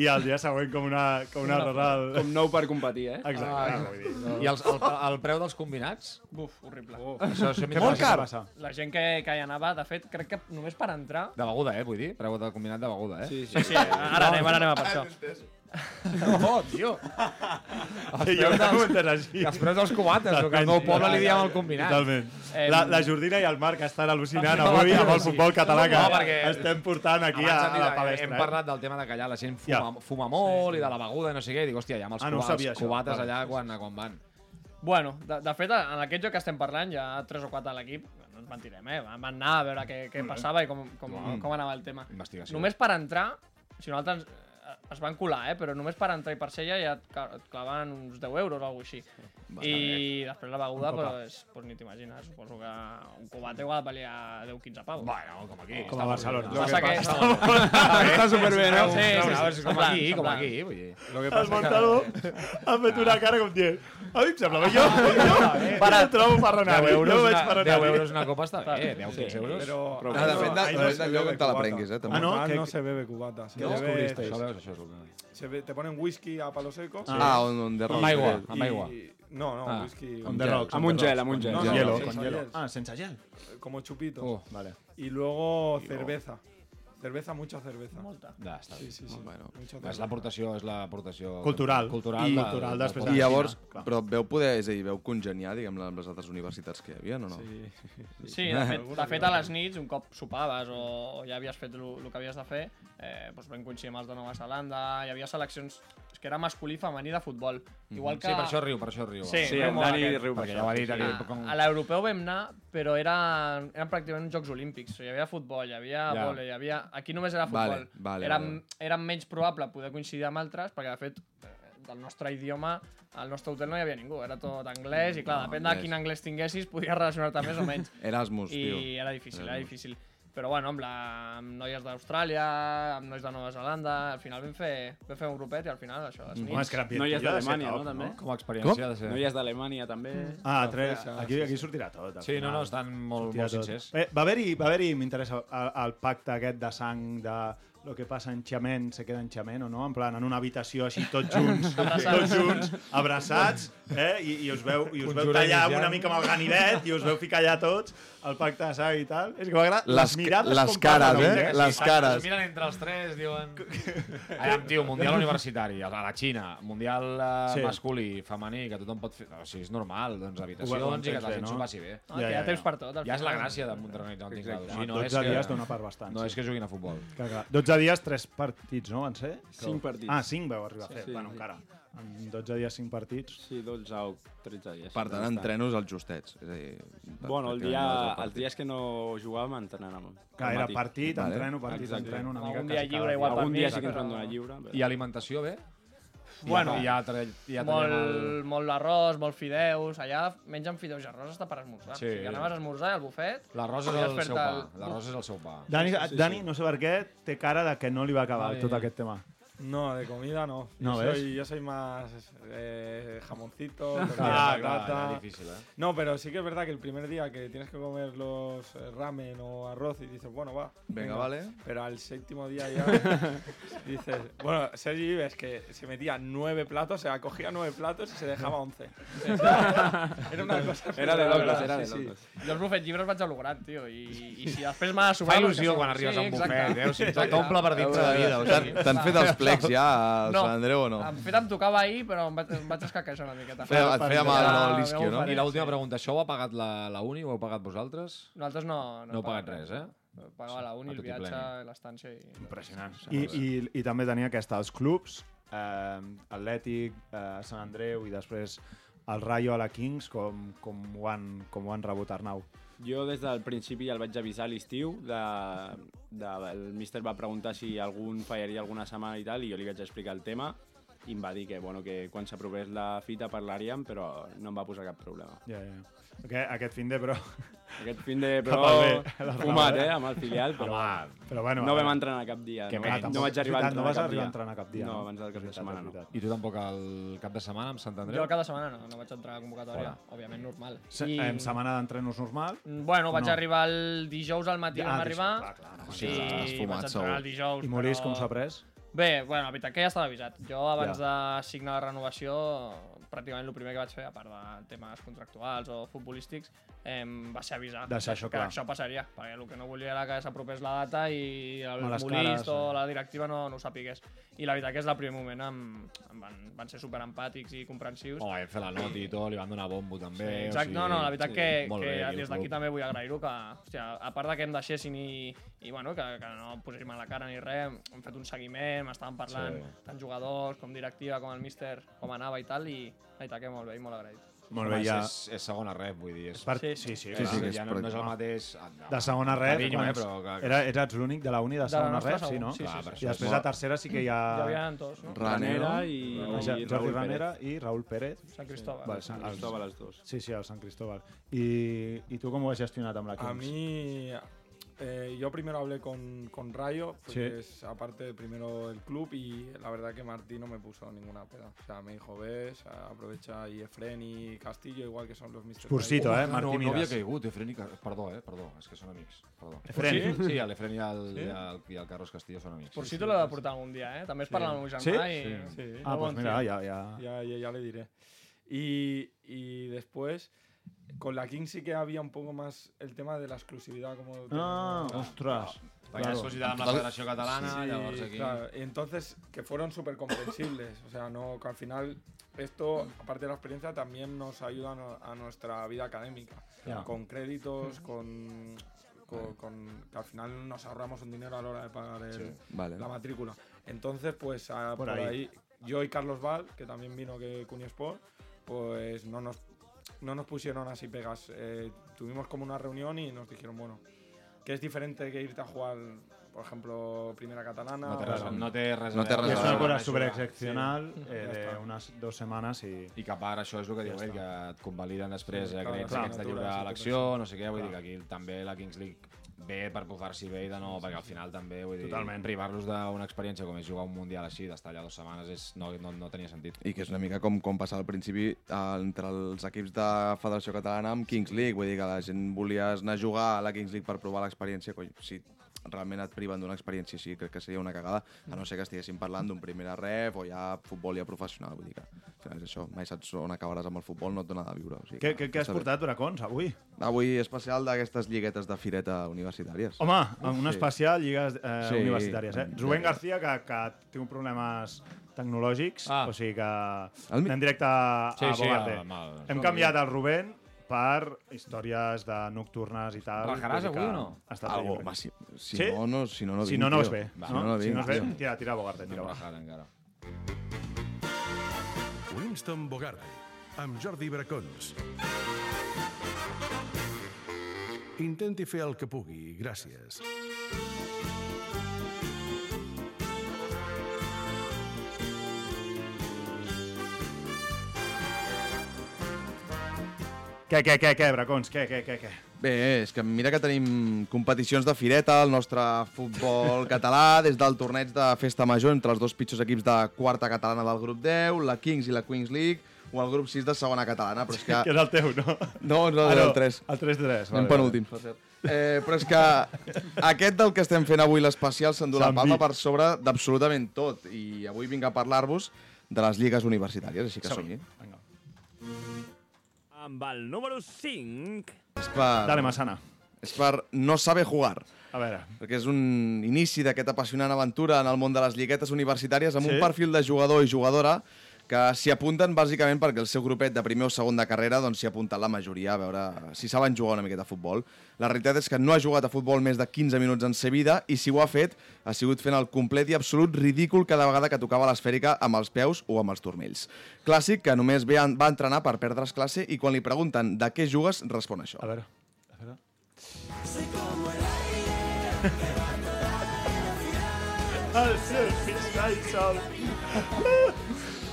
[SPEAKER 4] i el dia següent com una, com una rosa del...
[SPEAKER 9] Com nou per competir, eh?
[SPEAKER 4] Exacte, ah, vull dir.
[SPEAKER 5] I els, el, el preu dels combinats?
[SPEAKER 8] Buf, horrible.
[SPEAKER 5] Això, això
[SPEAKER 4] Què passa? Què passa?
[SPEAKER 8] La gent que, que hi anava, de fet, crec que només per entrar...
[SPEAKER 5] De beguda, eh, vull dir. Preu de combinat de beguda, eh?
[SPEAKER 9] Sí, sí.
[SPEAKER 8] Sí, sí, *laughs* ara anem, ara anem a per això.
[SPEAKER 5] *laughs* Oh, tio!
[SPEAKER 4] Sí, jo ho comentes així.
[SPEAKER 5] Els preus dels cubates, el que al meu poble li diem el combinat.
[SPEAKER 4] Totalment.
[SPEAKER 8] Em-
[SPEAKER 4] La, la Jordina i el Marc estan al·lucinant avui amb el futbol català que
[SPEAKER 5] No, perquè-
[SPEAKER 4] estem portant aquí a,
[SPEAKER 5] Abans
[SPEAKER 4] a
[SPEAKER 5] eh,
[SPEAKER 4] la
[SPEAKER 5] hem- hem
[SPEAKER 4] palestra. eh?
[SPEAKER 5] parlat del tema de que allà la gent fuma,
[SPEAKER 4] Ja.
[SPEAKER 5] fuma molt i de la beguda i no sé què. I dic, hòstia, ja amb els
[SPEAKER 4] Ah, no ho
[SPEAKER 5] cuba-
[SPEAKER 4] sabia,
[SPEAKER 5] els
[SPEAKER 4] això.
[SPEAKER 5] cubates
[SPEAKER 4] Vale,
[SPEAKER 5] allà quan, quan van.
[SPEAKER 8] Bueno, de, de fet, en aquest joc que estem parlant, ja 3 o 4 a l'equip, no ens mentirem, eh? Van van anar a veure què, què passava i com, com, com anava el tema.
[SPEAKER 5] Mm. Investigació.
[SPEAKER 8] Només per entrar, si nosaltres eh, es van colar, eh? però només per entrar i per ser ja, ja et ca- et clavaven uns 10 euros o alguna així. I després la beguda,
[SPEAKER 12] Un copà.
[SPEAKER 8] pues, pues, ni t'imagines. Suposo que un cubat deu a valer a 10-15 pavos. Bueno,
[SPEAKER 5] com aquí.
[SPEAKER 4] Com a Barcelona.
[SPEAKER 8] Lo que passa
[SPEAKER 5] Lo que passa-
[SPEAKER 8] que...
[SPEAKER 5] Està superbé, no?
[SPEAKER 8] Sí, sí,
[SPEAKER 5] No,
[SPEAKER 8] sí,
[SPEAKER 5] com
[SPEAKER 8] semblant,
[SPEAKER 5] aquí, com
[SPEAKER 8] semblant.
[SPEAKER 5] aquí, vull dir. Lo
[SPEAKER 4] El muntador ha fet una cara com dient a mi em semblava jo,
[SPEAKER 5] Ah, eh,
[SPEAKER 4] jo, jo el trobo perrenari,
[SPEAKER 5] Deu
[SPEAKER 4] jo
[SPEAKER 5] euros
[SPEAKER 4] el veig
[SPEAKER 5] una-
[SPEAKER 4] perrenari.
[SPEAKER 5] deu euros una copa està bé, deu, quinze euros. Però-
[SPEAKER 6] Ah, depèn de-
[SPEAKER 7] ahí
[SPEAKER 6] depèn
[SPEAKER 7] se
[SPEAKER 6] del lloc
[SPEAKER 7] bebe
[SPEAKER 6] on te la
[SPEAKER 7] cubata.
[SPEAKER 6] prenguis, eh, també.
[SPEAKER 7] Ah, no?
[SPEAKER 6] Ah,
[SPEAKER 7] Que,
[SPEAKER 6] no
[SPEAKER 7] no se bebe cubata. Se
[SPEAKER 6] Què
[SPEAKER 7] bebe-
[SPEAKER 6] descobristeis?
[SPEAKER 5] Això veus, això és el que...
[SPEAKER 7] Se ve- te ponen whisky a palo seco.
[SPEAKER 6] Sí. Ah, on- on the rocks. Amb
[SPEAKER 7] I-
[SPEAKER 6] aigua,
[SPEAKER 7] i-
[SPEAKER 6] amb aigua.
[SPEAKER 7] No, no,
[SPEAKER 6] Ah.
[SPEAKER 7] whisky...
[SPEAKER 6] On the rocks, Amb on un the gel, rocks. amb un gel.
[SPEAKER 7] No, no,
[SPEAKER 6] Con hielo,
[SPEAKER 7] sense
[SPEAKER 6] con hielo.
[SPEAKER 7] gels.
[SPEAKER 4] Ah, sense gel.
[SPEAKER 7] Como chupitos.
[SPEAKER 4] Oh, vale.
[SPEAKER 7] Y luego cerveza. Cerveza, mucha cerveza. Molta.
[SPEAKER 5] Ja, està bé.
[SPEAKER 7] Sí, sí, sí.
[SPEAKER 5] Bueno,
[SPEAKER 7] Mucha
[SPEAKER 5] és l'aportació, és l'aportació...
[SPEAKER 4] Cultural.
[SPEAKER 5] Cultural.
[SPEAKER 4] I-
[SPEAKER 5] de-
[SPEAKER 4] cultural
[SPEAKER 5] de-
[SPEAKER 4] després
[SPEAKER 5] de-
[SPEAKER 6] I llavors,
[SPEAKER 4] Clar.
[SPEAKER 6] però veu poder, és a dir, veu congeniar, diguem-ne, amb les altres universitats que hi havia, o no?
[SPEAKER 8] Sí, de fet, de fet, a les nits, un cop sopaves o, o ja havies fet el que havies de fer, eh, doncs vam coincidir amb els de Nova Zelanda, hi havia seleccions... És que era masculí i femení de futbol. Igual
[SPEAKER 5] Mhm.
[SPEAKER 8] que...
[SPEAKER 5] Sí, per això riu, per això riu.
[SPEAKER 8] Sí,
[SPEAKER 5] Sí,
[SPEAKER 8] riu
[SPEAKER 5] el
[SPEAKER 8] molt
[SPEAKER 5] Dani
[SPEAKER 8] aquest.
[SPEAKER 5] riu per Perquè això. ja ho ha dit, ha dit
[SPEAKER 8] Ah,
[SPEAKER 5] com-
[SPEAKER 8] A l'europeu vam anar, però eren, eren pràcticament uns Jocs Olímpics. O sigui, hi havia futbol, hi havia
[SPEAKER 5] Ja.
[SPEAKER 8] ja. vole, hi havia... Aquí només era
[SPEAKER 6] Vale,
[SPEAKER 8] futbol.
[SPEAKER 6] vale,
[SPEAKER 8] era,
[SPEAKER 6] vale.
[SPEAKER 8] era menys probable poder coincidir amb altres, perquè, de fet, eh, del nostre idioma, al nostre hotel no hi havia ningú. Era tot anglès, i
[SPEAKER 6] No,
[SPEAKER 8] clar, depèn de
[SPEAKER 6] anglès.
[SPEAKER 8] quin anglès tinguessis, podies relacionar-te més o menys.
[SPEAKER 6] Erasmus,
[SPEAKER 8] I
[SPEAKER 6] tio.
[SPEAKER 8] era difícil,
[SPEAKER 5] eh,
[SPEAKER 8] era
[SPEAKER 6] Erasmus.
[SPEAKER 8] difícil. Però bueno, amb, la, amb noies d'Austràlia, amb nois de Nova Zelanda, al final vam fer, vam fer un grupet i al final això, les nits.
[SPEAKER 9] Noies d'Alemanya, no, també?
[SPEAKER 5] Com a experiència Com? de ser.
[SPEAKER 9] Noies d'Alemanya, també.
[SPEAKER 4] Ah, tres, aquí, aquí sortirà tot. al
[SPEAKER 5] Sí, no,
[SPEAKER 4] final.
[SPEAKER 5] no, estan molt-
[SPEAKER 4] Sortirà
[SPEAKER 5] molt
[SPEAKER 4] tot.
[SPEAKER 5] sincers.
[SPEAKER 4] Eh, va haver-hi, va haver m'interessa, el, el pacte aquest de sang de lo que passa en Xament se queda en Xament o no? En plan, en una habitació així, tots
[SPEAKER 5] *laughs*
[SPEAKER 4] junts, tots junts, abraçats, eh? I, i us veu, i us veu
[SPEAKER 12] Conjurem
[SPEAKER 4] tallar
[SPEAKER 12] ja.
[SPEAKER 4] una mica amb el ganivet i us veu ficar allà tots, el pacte de sang i tal. És que m'agrada les,
[SPEAKER 6] Les-
[SPEAKER 4] les mirades...
[SPEAKER 6] les
[SPEAKER 4] com parlen,
[SPEAKER 6] cares, eh?
[SPEAKER 4] no?
[SPEAKER 6] Les
[SPEAKER 4] Sí,
[SPEAKER 6] cares.
[SPEAKER 5] Es miren entre els tres, diuen... Aviam, tio, Mundial Universitari, a la Xina, Mundial eh,
[SPEAKER 4] Sí.
[SPEAKER 5] masculí, femení, que tothom pot fer... O sigui, és normal, doncs,
[SPEAKER 4] Ho- ho
[SPEAKER 5] habitacions i
[SPEAKER 4] entens
[SPEAKER 5] que la
[SPEAKER 4] bé,
[SPEAKER 5] gent
[SPEAKER 4] no?
[SPEAKER 5] s'ho passi bé.
[SPEAKER 4] Ah, que hi ha temps
[SPEAKER 8] per tot, al
[SPEAKER 5] Ja és la
[SPEAKER 8] final.
[SPEAKER 5] gràcia de Mundial Universitari.
[SPEAKER 4] Exacte. 12 dies dona per bastant,
[SPEAKER 5] No
[SPEAKER 4] sí.
[SPEAKER 5] és que juguin a futbol.
[SPEAKER 4] Que, clar, 12 dies, 3 partits, no van ser?
[SPEAKER 9] Cinc partits.
[SPEAKER 4] Ah, 5 vau arribar a
[SPEAKER 9] Sí,
[SPEAKER 4] fer.
[SPEAKER 9] sí,
[SPEAKER 4] bueno,
[SPEAKER 9] sí.
[SPEAKER 4] encara. En 12 dies, 5 partits.
[SPEAKER 9] Sí, 12 o 13 dies.
[SPEAKER 6] Per tant, entrenos als justets. És a dir,
[SPEAKER 9] Bueno, el
[SPEAKER 6] pràcticament no és
[SPEAKER 9] dia,
[SPEAKER 6] el
[SPEAKER 9] els dies que no jugàvem entrenàvem.
[SPEAKER 4] Clar, era
[SPEAKER 9] Al matí.
[SPEAKER 4] partit, entreno, partit, entreno, una mica Algun dia quasi cada lliure, dia. igual
[SPEAKER 9] Algun
[SPEAKER 4] per mi,
[SPEAKER 9] dia sí que
[SPEAKER 4] però-
[SPEAKER 9] ens van donar lliure. però-
[SPEAKER 5] I alimentació, bé?
[SPEAKER 8] Bueno,
[SPEAKER 5] I ja, tra- ja
[SPEAKER 8] molt,
[SPEAKER 5] traiem el...
[SPEAKER 8] molt arròs, molt fideus, allà mengen fideus i arròs hasta per esmorzar.
[SPEAKER 5] Sí.
[SPEAKER 8] Sí. O sigui, que anaves a esmorzar al bufet...
[SPEAKER 5] L'arròs és
[SPEAKER 8] podies
[SPEAKER 5] el
[SPEAKER 8] fer-te
[SPEAKER 5] seu pa, l'arròs és el seu pa.
[SPEAKER 4] Dani,
[SPEAKER 8] Sí, sí, sí.
[SPEAKER 4] Dani, no sé per què, té cara de que no li va acabar
[SPEAKER 7] Vale.
[SPEAKER 4] tot aquest tema.
[SPEAKER 7] No, de comida no.
[SPEAKER 4] No,
[SPEAKER 7] yo,
[SPEAKER 4] ¿ves?
[SPEAKER 7] soy, yo soy más eh, jamoncito, tortilla de
[SPEAKER 4] Ah, claro,
[SPEAKER 7] patata.
[SPEAKER 4] era difícil, ¿eh?
[SPEAKER 7] No, pero sí que es verdad que el primer día que tienes que comer los eh, ramen o arroz y dices, bueno, va.
[SPEAKER 6] Venga, vale.
[SPEAKER 7] Pero al séptimo día ya
[SPEAKER 9] *laughs*
[SPEAKER 7] dices, bueno, Sergi Vives que se metía nueve platos, o sea, cogía nueve platos y se
[SPEAKER 9] *laughs*
[SPEAKER 7] dejaba once. era una cosa.
[SPEAKER 9] Era de locos, era de
[SPEAKER 7] sí, sí.
[SPEAKER 9] locos.
[SPEAKER 8] Jo els bufet llibres vaig al·logrant, tio, i, i si després m'ha de sumar...
[SPEAKER 5] Fa
[SPEAKER 8] doncs
[SPEAKER 5] il·lusió
[SPEAKER 8] que
[SPEAKER 5] quan
[SPEAKER 8] sumi.
[SPEAKER 5] arribes a un
[SPEAKER 8] exacte.
[SPEAKER 5] bufet, eh? O sigui,
[SPEAKER 8] Exacte.
[SPEAKER 5] t'omple per dintre de vida, o
[SPEAKER 6] T'han-
[SPEAKER 5] sigui.
[SPEAKER 6] t'han fet els plecs ja, a Sant Andreu, o no?
[SPEAKER 8] En fet, em tocava ahir, però em vaig, em vaig escaquejar una miqueta.
[SPEAKER 5] I l'última pregunta, això ho ha pagat la, la uni o ho heu pagat vosaltres?
[SPEAKER 8] Nosaltres no- no
[SPEAKER 5] No heu pagat
[SPEAKER 8] paguem.
[SPEAKER 5] res, eh?
[SPEAKER 8] Pagava la uni,
[SPEAKER 5] A
[SPEAKER 8] el
[SPEAKER 5] tot i
[SPEAKER 8] viatge,
[SPEAKER 5] pleni.
[SPEAKER 8] l'estància i...
[SPEAKER 5] Ah,
[SPEAKER 4] Impressionant. *laughs* I, i, I també tenia aquesta, els clubs, eh, Atlètic, eh, Sant Andreu i després el Rayo a la Kings, com, com, ho, han, com ho han rebut Arnau.
[SPEAKER 9] Jo des del principi ja el vaig avisar a l'estiu, de, de, el míster va preguntar si algun fallaria alguna setmana i tal, i jo li vaig explicar el tema, i em va dir que, bueno, que quan s'aprovés la fita parlaríem, però no em va posar cap problema.
[SPEAKER 4] Ja, ja. Aquest, aquest fin de, però... *laughs*
[SPEAKER 9] Aquest fin de,
[SPEAKER 4] Cap
[SPEAKER 9] però,
[SPEAKER 4] al bé, la
[SPEAKER 9] fumat,
[SPEAKER 4] Raval.
[SPEAKER 9] eh, amb el filial, però,
[SPEAKER 4] Home, però bueno, eh,
[SPEAKER 9] no
[SPEAKER 4] a
[SPEAKER 9] vam
[SPEAKER 4] veure.
[SPEAKER 9] entrenar cap dia. Eh,
[SPEAKER 4] Que
[SPEAKER 9] no,
[SPEAKER 4] menys.
[SPEAKER 9] no vaig arribar a
[SPEAKER 4] Veritat, no
[SPEAKER 9] entrenar
[SPEAKER 4] vas
[SPEAKER 9] cap
[SPEAKER 4] arribar a
[SPEAKER 9] dia.
[SPEAKER 4] entrenar cap dia,
[SPEAKER 9] No,
[SPEAKER 4] no?
[SPEAKER 9] abans del cap de setmana no.
[SPEAKER 5] I tu tampoc el cap de setmana amb Sant Andreu?
[SPEAKER 8] Jo cada setmana no, no vaig entrar a convocatòria,
[SPEAKER 5] Fora.
[SPEAKER 8] òbviament, normal. mm,
[SPEAKER 4] Se, I... En setmana d'entrenos normal?
[SPEAKER 8] Bueno, vaig arribar el dijous al matí,
[SPEAKER 4] Ah,
[SPEAKER 8] vam
[SPEAKER 4] dijous,
[SPEAKER 8] arribar.
[SPEAKER 4] clar, clar, no,
[SPEAKER 8] i
[SPEAKER 4] sí, has fumat,
[SPEAKER 8] vaig
[SPEAKER 4] segur.
[SPEAKER 8] entrenar el dijous,
[SPEAKER 4] I Maurice,
[SPEAKER 8] però-
[SPEAKER 4] com s'ha pres?
[SPEAKER 8] Bé, bueno, la veritat que ja estava avisat. Jo, abans de signar la renovació, pràcticament el primer que vaig fer, a part de temes contractuals o futbolístics, em va ser avisar
[SPEAKER 4] Deixar això
[SPEAKER 8] que
[SPEAKER 4] clar.
[SPEAKER 8] això passaria, perquè el que no volia era que s'apropés la data i el
[SPEAKER 4] A les
[SPEAKER 8] molist
[SPEAKER 4] cares,
[SPEAKER 8] o
[SPEAKER 4] eh.
[SPEAKER 8] la directiva no, no ho sapigués. I la veritat que és el primer moment em, em van, van ser superempàtics i comprensius.
[SPEAKER 5] Home, vam fer la noti i tot, li van donar bombo també.
[SPEAKER 8] Sí,
[SPEAKER 5] Eh, o
[SPEAKER 8] exacte,
[SPEAKER 5] sigui,
[SPEAKER 8] no, no, la veritat que,
[SPEAKER 5] molt
[SPEAKER 8] que
[SPEAKER 5] bé, i el
[SPEAKER 8] des d'aquí
[SPEAKER 5] club.
[SPEAKER 8] també vull agrair-ho que, hòstia, a part de que em deixessin i, i bueno, que, que no em posessin mala cara ni res, hem fet un seguiment, m'estaven parlant
[SPEAKER 5] Sí.
[SPEAKER 8] tant jugadors com directiva, com el míster, com anava i tal, i la veritat que molt bé i molt agraït.
[SPEAKER 4] Molt bé, ja.
[SPEAKER 5] És, és segona rep, vull dir. És...
[SPEAKER 4] Per- Sí, sí, sí,
[SPEAKER 5] clar,
[SPEAKER 4] sí, sí,
[SPEAKER 5] ja
[SPEAKER 4] és
[SPEAKER 5] no, no és el
[SPEAKER 4] correcte.
[SPEAKER 5] mateix... Ah, no.
[SPEAKER 4] De segona rep,
[SPEAKER 5] Carinyo, eh,
[SPEAKER 4] doncs,
[SPEAKER 5] però, clar,
[SPEAKER 4] era, eres l'únic de la uni de
[SPEAKER 5] De la
[SPEAKER 4] segona
[SPEAKER 5] nostra,
[SPEAKER 4] rep, sí,
[SPEAKER 5] segur,
[SPEAKER 4] no?
[SPEAKER 5] sí, sí, Clar, sí, per sí.
[SPEAKER 4] I després a tercera sí que hi
[SPEAKER 5] Ah.
[SPEAKER 4] ha...
[SPEAKER 8] Ja havien dos, no?
[SPEAKER 4] Ranera
[SPEAKER 9] Ranera i-
[SPEAKER 4] Jordi
[SPEAKER 9] i Raúl
[SPEAKER 4] Ranera
[SPEAKER 9] Pérez.
[SPEAKER 4] i Raúl Pérez.
[SPEAKER 8] Sant Cristóbal.
[SPEAKER 4] Vale,
[SPEAKER 9] Sant
[SPEAKER 4] els-
[SPEAKER 9] Cristóbal, els dos.
[SPEAKER 4] Sí, sí, el Sant Cristóbal. I, I tu com ho has gestionat amb l'equip?
[SPEAKER 7] A mí, eh, yo primero hablé con, con Rayo,
[SPEAKER 4] Sí.
[SPEAKER 7] porque es aparte primero el club y la verdad que Martín no me puso ninguna peda. O sea, me dijo, ves, aprovecha y Efren y Castillo, igual que son los Mr.
[SPEAKER 4] Spursito,
[SPEAKER 7] Rayo".
[SPEAKER 4] eh, Martí
[SPEAKER 5] no, no havia
[SPEAKER 4] Miras.
[SPEAKER 5] caigut, Efren i Car... Perdó, eh? Perdó, és que són amics. Perdó.
[SPEAKER 4] Efren.
[SPEAKER 5] Sí, sí l'Efren i, el,
[SPEAKER 8] Sí?
[SPEAKER 5] i, el, i el Carlos Castillo són amics.
[SPEAKER 8] Por si te l'he de portar algun dia, eh? També es parla amb el meu germà i...
[SPEAKER 4] Ah,
[SPEAKER 8] Molt
[SPEAKER 4] pues
[SPEAKER 8] bon
[SPEAKER 4] mira,
[SPEAKER 8] tio.
[SPEAKER 4] ja- ja-
[SPEAKER 7] Ya, ya, ya le diré. Y, y después, con la King sí que había un poco más el tema de la exclusividad. Como
[SPEAKER 4] Ah, ostras.
[SPEAKER 7] Vaya
[SPEAKER 4] Claro.
[SPEAKER 7] exclusividad
[SPEAKER 5] amb la Federación Catalana, llavors aquí.
[SPEAKER 7] entonces, que fueron súper comprensibles. O sea, no, que al final esto, aparte de la experiencia, también nos ayuda a no- a nuestra vida académica.
[SPEAKER 4] Ya.
[SPEAKER 7] Con créditos, con, con, con- que al final nos ahorramos un dinero a la hora de pagar el-
[SPEAKER 6] Sí. Vale.
[SPEAKER 7] la matrícula. Entonces, pues a-
[SPEAKER 6] Por
[SPEAKER 7] por,
[SPEAKER 6] ahí.
[SPEAKER 7] ahí. yo y Carlos Val, que también vino que Cunisport, pues no nos, no nos pusieron así pegas. Eh, tuvimos como una reunión y nos dijeron, bueno, que es diferente que irte a jugar, por ejemplo, Primera Catalana.
[SPEAKER 5] No te
[SPEAKER 7] o-
[SPEAKER 5] res- no te res-
[SPEAKER 4] No te res- es una cosa
[SPEAKER 5] Sí.
[SPEAKER 4] súper excepcional
[SPEAKER 5] Sí.
[SPEAKER 4] eh,
[SPEAKER 5] Ja
[SPEAKER 4] de
[SPEAKER 5] està.
[SPEAKER 4] unes dues setmanes i...
[SPEAKER 5] I que a part això és el que diu ell, que et convaliden després,
[SPEAKER 4] Sí,
[SPEAKER 5] eh,
[SPEAKER 4] clar,
[SPEAKER 5] que ets
[SPEAKER 4] clar,
[SPEAKER 5] aquests de lliure
[SPEAKER 4] natura, sí,
[SPEAKER 5] elecció,
[SPEAKER 4] tot això.
[SPEAKER 5] no sé què, vull dir que
[SPEAKER 4] Clar.
[SPEAKER 5] aquí també la Kings League ve per bufar-s'hi bé i de no, perquè al final també, vull dir,
[SPEAKER 4] Totalment.
[SPEAKER 5] privar-los d'una experiència com és jugar un Mundial així, d'estar allà dues setmanes, és, no, no, no tenia sentit.
[SPEAKER 6] I que és una mica com, com passar al principi eh, entre els equips de Federació Catalana amb Kings League. Vull dir que la gent volies anar a jugar a la Kings League per provar l'experiència. Coi, si realment et priven d'una experiència així, crec que seria una cagada, a no ser que estiguessin parlant d'un primera ref o ja futbol ja professional. Vull dir que al final és això, mai saps on acabaràs amb el futbol, no et dona de viure. O sigui,
[SPEAKER 4] Què, què, què has
[SPEAKER 6] està bé.
[SPEAKER 4] portat, Bracons, avui?
[SPEAKER 6] Avui especial d'aquestes lliguetes de fireta universitàries.
[SPEAKER 4] Home, un especial, lligues eh,
[SPEAKER 6] Sí. Mm.
[SPEAKER 4] universitàries, eh? Rubén
[SPEAKER 6] Sí.
[SPEAKER 4] García, que, que té uns problemes tecnològics, o sigui que anem directe a,
[SPEAKER 5] Ah. Sí,
[SPEAKER 4] a
[SPEAKER 5] sí,
[SPEAKER 4] Bogarte.
[SPEAKER 5] amb el-
[SPEAKER 4] Hem canviat el Rubén per històries de nocturnes i tal.
[SPEAKER 5] Rajaràs
[SPEAKER 4] vull dir
[SPEAKER 5] avui
[SPEAKER 4] que
[SPEAKER 5] o no?
[SPEAKER 4] ha estat
[SPEAKER 6] Algo,
[SPEAKER 4] lliure.
[SPEAKER 6] home, si- si no, no- si no, no
[SPEAKER 4] si
[SPEAKER 6] vinc,
[SPEAKER 4] no, no es
[SPEAKER 6] tio.
[SPEAKER 4] ve.
[SPEAKER 6] Va.
[SPEAKER 4] no?
[SPEAKER 6] Si no, no
[SPEAKER 4] si no es ve,
[SPEAKER 6] vinc, tio.
[SPEAKER 4] tira, tira a Bogarte. Tira a Bogarte.
[SPEAKER 5] encara.
[SPEAKER 3] Winston Bogarde, amb Jordi Bracons. Intenti fer el que pugui, gràcies.
[SPEAKER 4] Què, què, què, què, Bracons? Què, què, què, què?
[SPEAKER 6] Bé, és que mira que tenim competicions de fireta al nostre
[SPEAKER 4] *laughs*
[SPEAKER 6] futbol català, des del torneig de festa major entre els dos pitjors equips de quarta catalana del grup 10, la Kings i la Queens League, o el grup 6 de segona catalana, però és que...
[SPEAKER 4] Que és el teu, no?
[SPEAKER 6] No, no,
[SPEAKER 4] Ah,
[SPEAKER 6] no,
[SPEAKER 4] no,
[SPEAKER 6] el 3.
[SPEAKER 4] el 3-3,
[SPEAKER 6] Anem
[SPEAKER 4] vale,
[SPEAKER 6] penúltims, per cert. Eh, però és que aquest del que estem fent avui l'especial s'endú la
[SPEAKER 4] Se'n
[SPEAKER 6] palma
[SPEAKER 4] vi.
[SPEAKER 6] per sobre d'absolutament tot, i avui vinc a parlar-vos de les lligues universitàries, així que som-hi.
[SPEAKER 12] Amb el número 5...
[SPEAKER 6] És per...
[SPEAKER 4] Dale, Masana.
[SPEAKER 6] És per No sabe jugar.
[SPEAKER 4] A veure.
[SPEAKER 6] Perquè és un inici d'aquesta apassionant aventura en el món de les lliguetes universitàries amb
[SPEAKER 4] Sí.
[SPEAKER 6] sí? un perfil de jugador i jugadora que s'hi apunten bàsicament perquè el seu grupet de primer o segon de carrera doncs s'hi ha apuntat la majoria a veure si saben jugar una miqueta a futbol. La realitat és que no ha jugat a futbol més de 15 minuts en sa vida i si ho ha fet ha sigut fent el complet i absolut ridícul cada vegada que tocava l'esfèrica amb els peus o amb els turmells. Clàssic que només ve a, va entrenar per perdre's classe i quan li pregunten de què jugues respon això.
[SPEAKER 4] A veure. El seu fiscal sol.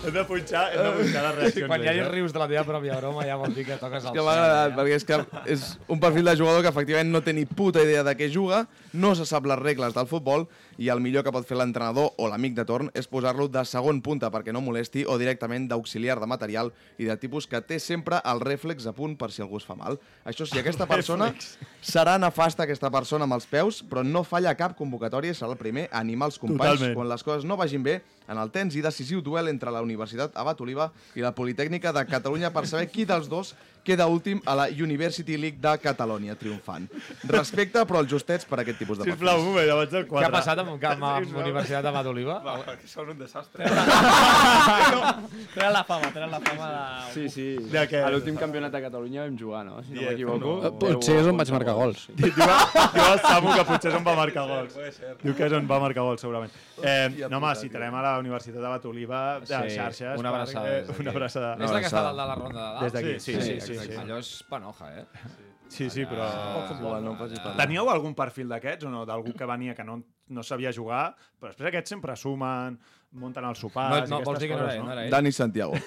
[SPEAKER 4] Hem de punxar, hem de punxar les reaccions.
[SPEAKER 5] Quan ja
[SPEAKER 4] d'ells,
[SPEAKER 5] hi
[SPEAKER 4] eh?
[SPEAKER 5] rius de la teva pròpia broma, ja vol dir que toques el
[SPEAKER 6] És que m'ha agradat, perquè és que és un perfil de jugador que efectivament no té ni puta idea de què juga, no se sap les regles del futbol i el millor que pot fer l'entrenador o l'amic de torn és posar-lo de segon punta perquè no molesti o directament d'auxiliar de material i de tipus que té sempre el reflex a punt per si algú es fa mal. Això sí, aquesta persona serà nefasta aquesta persona amb els peus, però no falla cap convocatòria i serà el primer a animar els companys
[SPEAKER 4] Totalment.
[SPEAKER 6] quan les coses no vagin bé en el tens i decisiu duel entre la Universitat Abat Oliva i la Politècnica de Catalunya per saber qui dels dos queda últim a la University League de Catalunya triomfant. Respecte, però els justets per aquest tipus de partits.
[SPEAKER 4] Sisplau, un moment, abans del
[SPEAKER 5] Què
[SPEAKER 4] quadre.
[SPEAKER 5] ha passat amb, amb, amb Universitat de Badoliva?
[SPEAKER 7] Va, que són un
[SPEAKER 5] *laughs*
[SPEAKER 7] desastre.
[SPEAKER 8] Tenen la fama, tenen la fama de...
[SPEAKER 9] Sí, sí.
[SPEAKER 8] De què?
[SPEAKER 9] A l'últim campionat de Catalunya vam jugar, no? Si no
[SPEAKER 10] Directe,
[SPEAKER 9] m'equivoco.
[SPEAKER 10] no. Eh,
[SPEAKER 5] pues,
[SPEAKER 10] potser és on vaig marcar gols.
[SPEAKER 4] Diu, diu, diu el Samu que potser és on va marcar
[SPEAKER 9] Puede ser,
[SPEAKER 4] gols.
[SPEAKER 9] puede ser.
[SPEAKER 4] Diu que és on va marcar gols, segurament. Eh, no, home, citarem a la la Universitat de Batoliva de
[SPEAKER 5] Sí,
[SPEAKER 4] xarxes.
[SPEAKER 5] una
[SPEAKER 4] per- eh,
[SPEAKER 5] abraçada des d'aquí.
[SPEAKER 4] Una abraçada.
[SPEAKER 5] És la que està dalt de la ronda de dalt?
[SPEAKER 4] Des d'aquí,
[SPEAKER 5] Sí,
[SPEAKER 4] sí,
[SPEAKER 5] sí,
[SPEAKER 4] sí.
[SPEAKER 5] exacte.
[SPEAKER 4] sí, Ah, sí.
[SPEAKER 5] Allò és panoja, eh?
[SPEAKER 4] Sí, sí, però...
[SPEAKER 5] Poc futbol, Igual no em facis parlar.
[SPEAKER 4] Teníeu algun perfil d'aquests o no? D'algú que venia que no, no sabia jugar, però després aquests sempre sumen, munten els
[SPEAKER 5] No,
[SPEAKER 4] sopars...
[SPEAKER 5] no,
[SPEAKER 4] i
[SPEAKER 5] vols dir que no era
[SPEAKER 4] aquestes
[SPEAKER 5] ell, no era
[SPEAKER 4] coses,
[SPEAKER 5] ell? Ah,
[SPEAKER 6] Dani Santiago.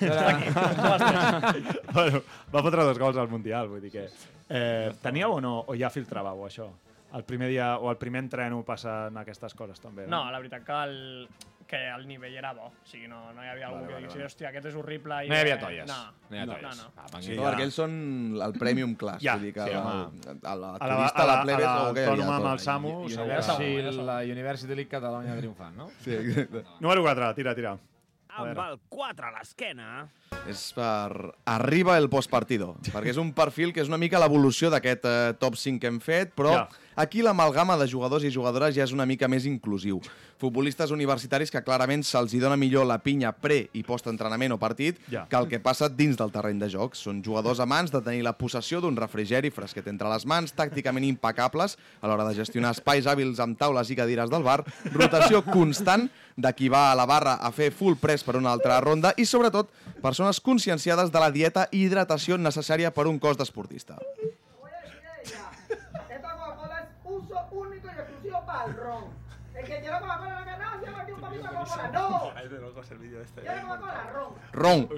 [SPEAKER 4] *laughs* bueno, va fotre dos gols al Mundial, vull dir que... Eh, teníeu o no? O ja filtràveu això? El primer dia o el primer entreno passen aquestes coses també,
[SPEAKER 8] No, la veritat que el, que el nivell era bo. O sigui, no, no hi havia algú
[SPEAKER 4] Vale,
[SPEAKER 8] que
[SPEAKER 4] vale,
[SPEAKER 8] digués,
[SPEAKER 4] vale.
[SPEAKER 8] hòstia, aquest és horrible. I
[SPEAKER 5] No hi havia
[SPEAKER 8] eh,
[SPEAKER 5] toies.
[SPEAKER 8] No,
[SPEAKER 5] No hi havia toies.
[SPEAKER 8] no.
[SPEAKER 5] Ah,
[SPEAKER 6] Sí,
[SPEAKER 5] magnífic.
[SPEAKER 6] perquè ells són el premium class,
[SPEAKER 5] Ja,
[SPEAKER 6] vull dir que
[SPEAKER 5] sí,
[SPEAKER 6] sí,
[SPEAKER 5] home.
[SPEAKER 6] el, el,
[SPEAKER 5] A
[SPEAKER 6] el
[SPEAKER 5] la-
[SPEAKER 6] turista,
[SPEAKER 5] a
[SPEAKER 6] a la,
[SPEAKER 5] la-
[SPEAKER 6] plebe,
[SPEAKER 5] a la
[SPEAKER 6] segur que hi havia
[SPEAKER 5] autònoma
[SPEAKER 6] tot.
[SPEAKER 5] amb el Samu,
[SPEAKER 6] I- i-
[SPEAKER 5] segur que sí. La University League Catalunya triomfant, no?
[SPEAKER 6] Sí, exacte.
[SPEAKER 4] Número 4, tira, tira.
[SPEAKER 12] Amb el 4 a l'esquena.
[SPEAKER 6] És per Arriba el postpartido, perquè és un perfil que és una mica l'evolució d'aquest eh, top 5 que hem fet, però
[SPEAKER 4] Ja.
[SPEAKER 6] aquí l'amalgama de jugadors i jugadores ja és una mica més inclusiu. Futbolistes universitaris que clarament se'ls hi dona millor la pinya pre i post-entrenament o partit
[SPEAKER 4] Ja.
[SPEAKER 6] que el que passa dins del terreny de joc. Són jugadors amants de tenir la possessió d'un refrigeri fresquet entre les mans, tàcticament impecables a l'hora de gestionar espais hàbils amb taules i cadires del bar, rotació constant de qui va a la barra a fer full press per una altra ronda i, sobretot, persones conscienciades de la dieta i hidratació necessària per un cos d'esportista.
[SPEAKER 13] Esta Coca-Cola es uso único y exclusivo para el ron. El que quiera Coca-Cola no ha ganado, se va aquí un papito de Coca-Cola. ¡No!
[SPEAKER 7] Es de locos el vídeo este.
[SPEAKER 13] Quiero Coca-Cola, ron.
[SPEAKER 6] Ron.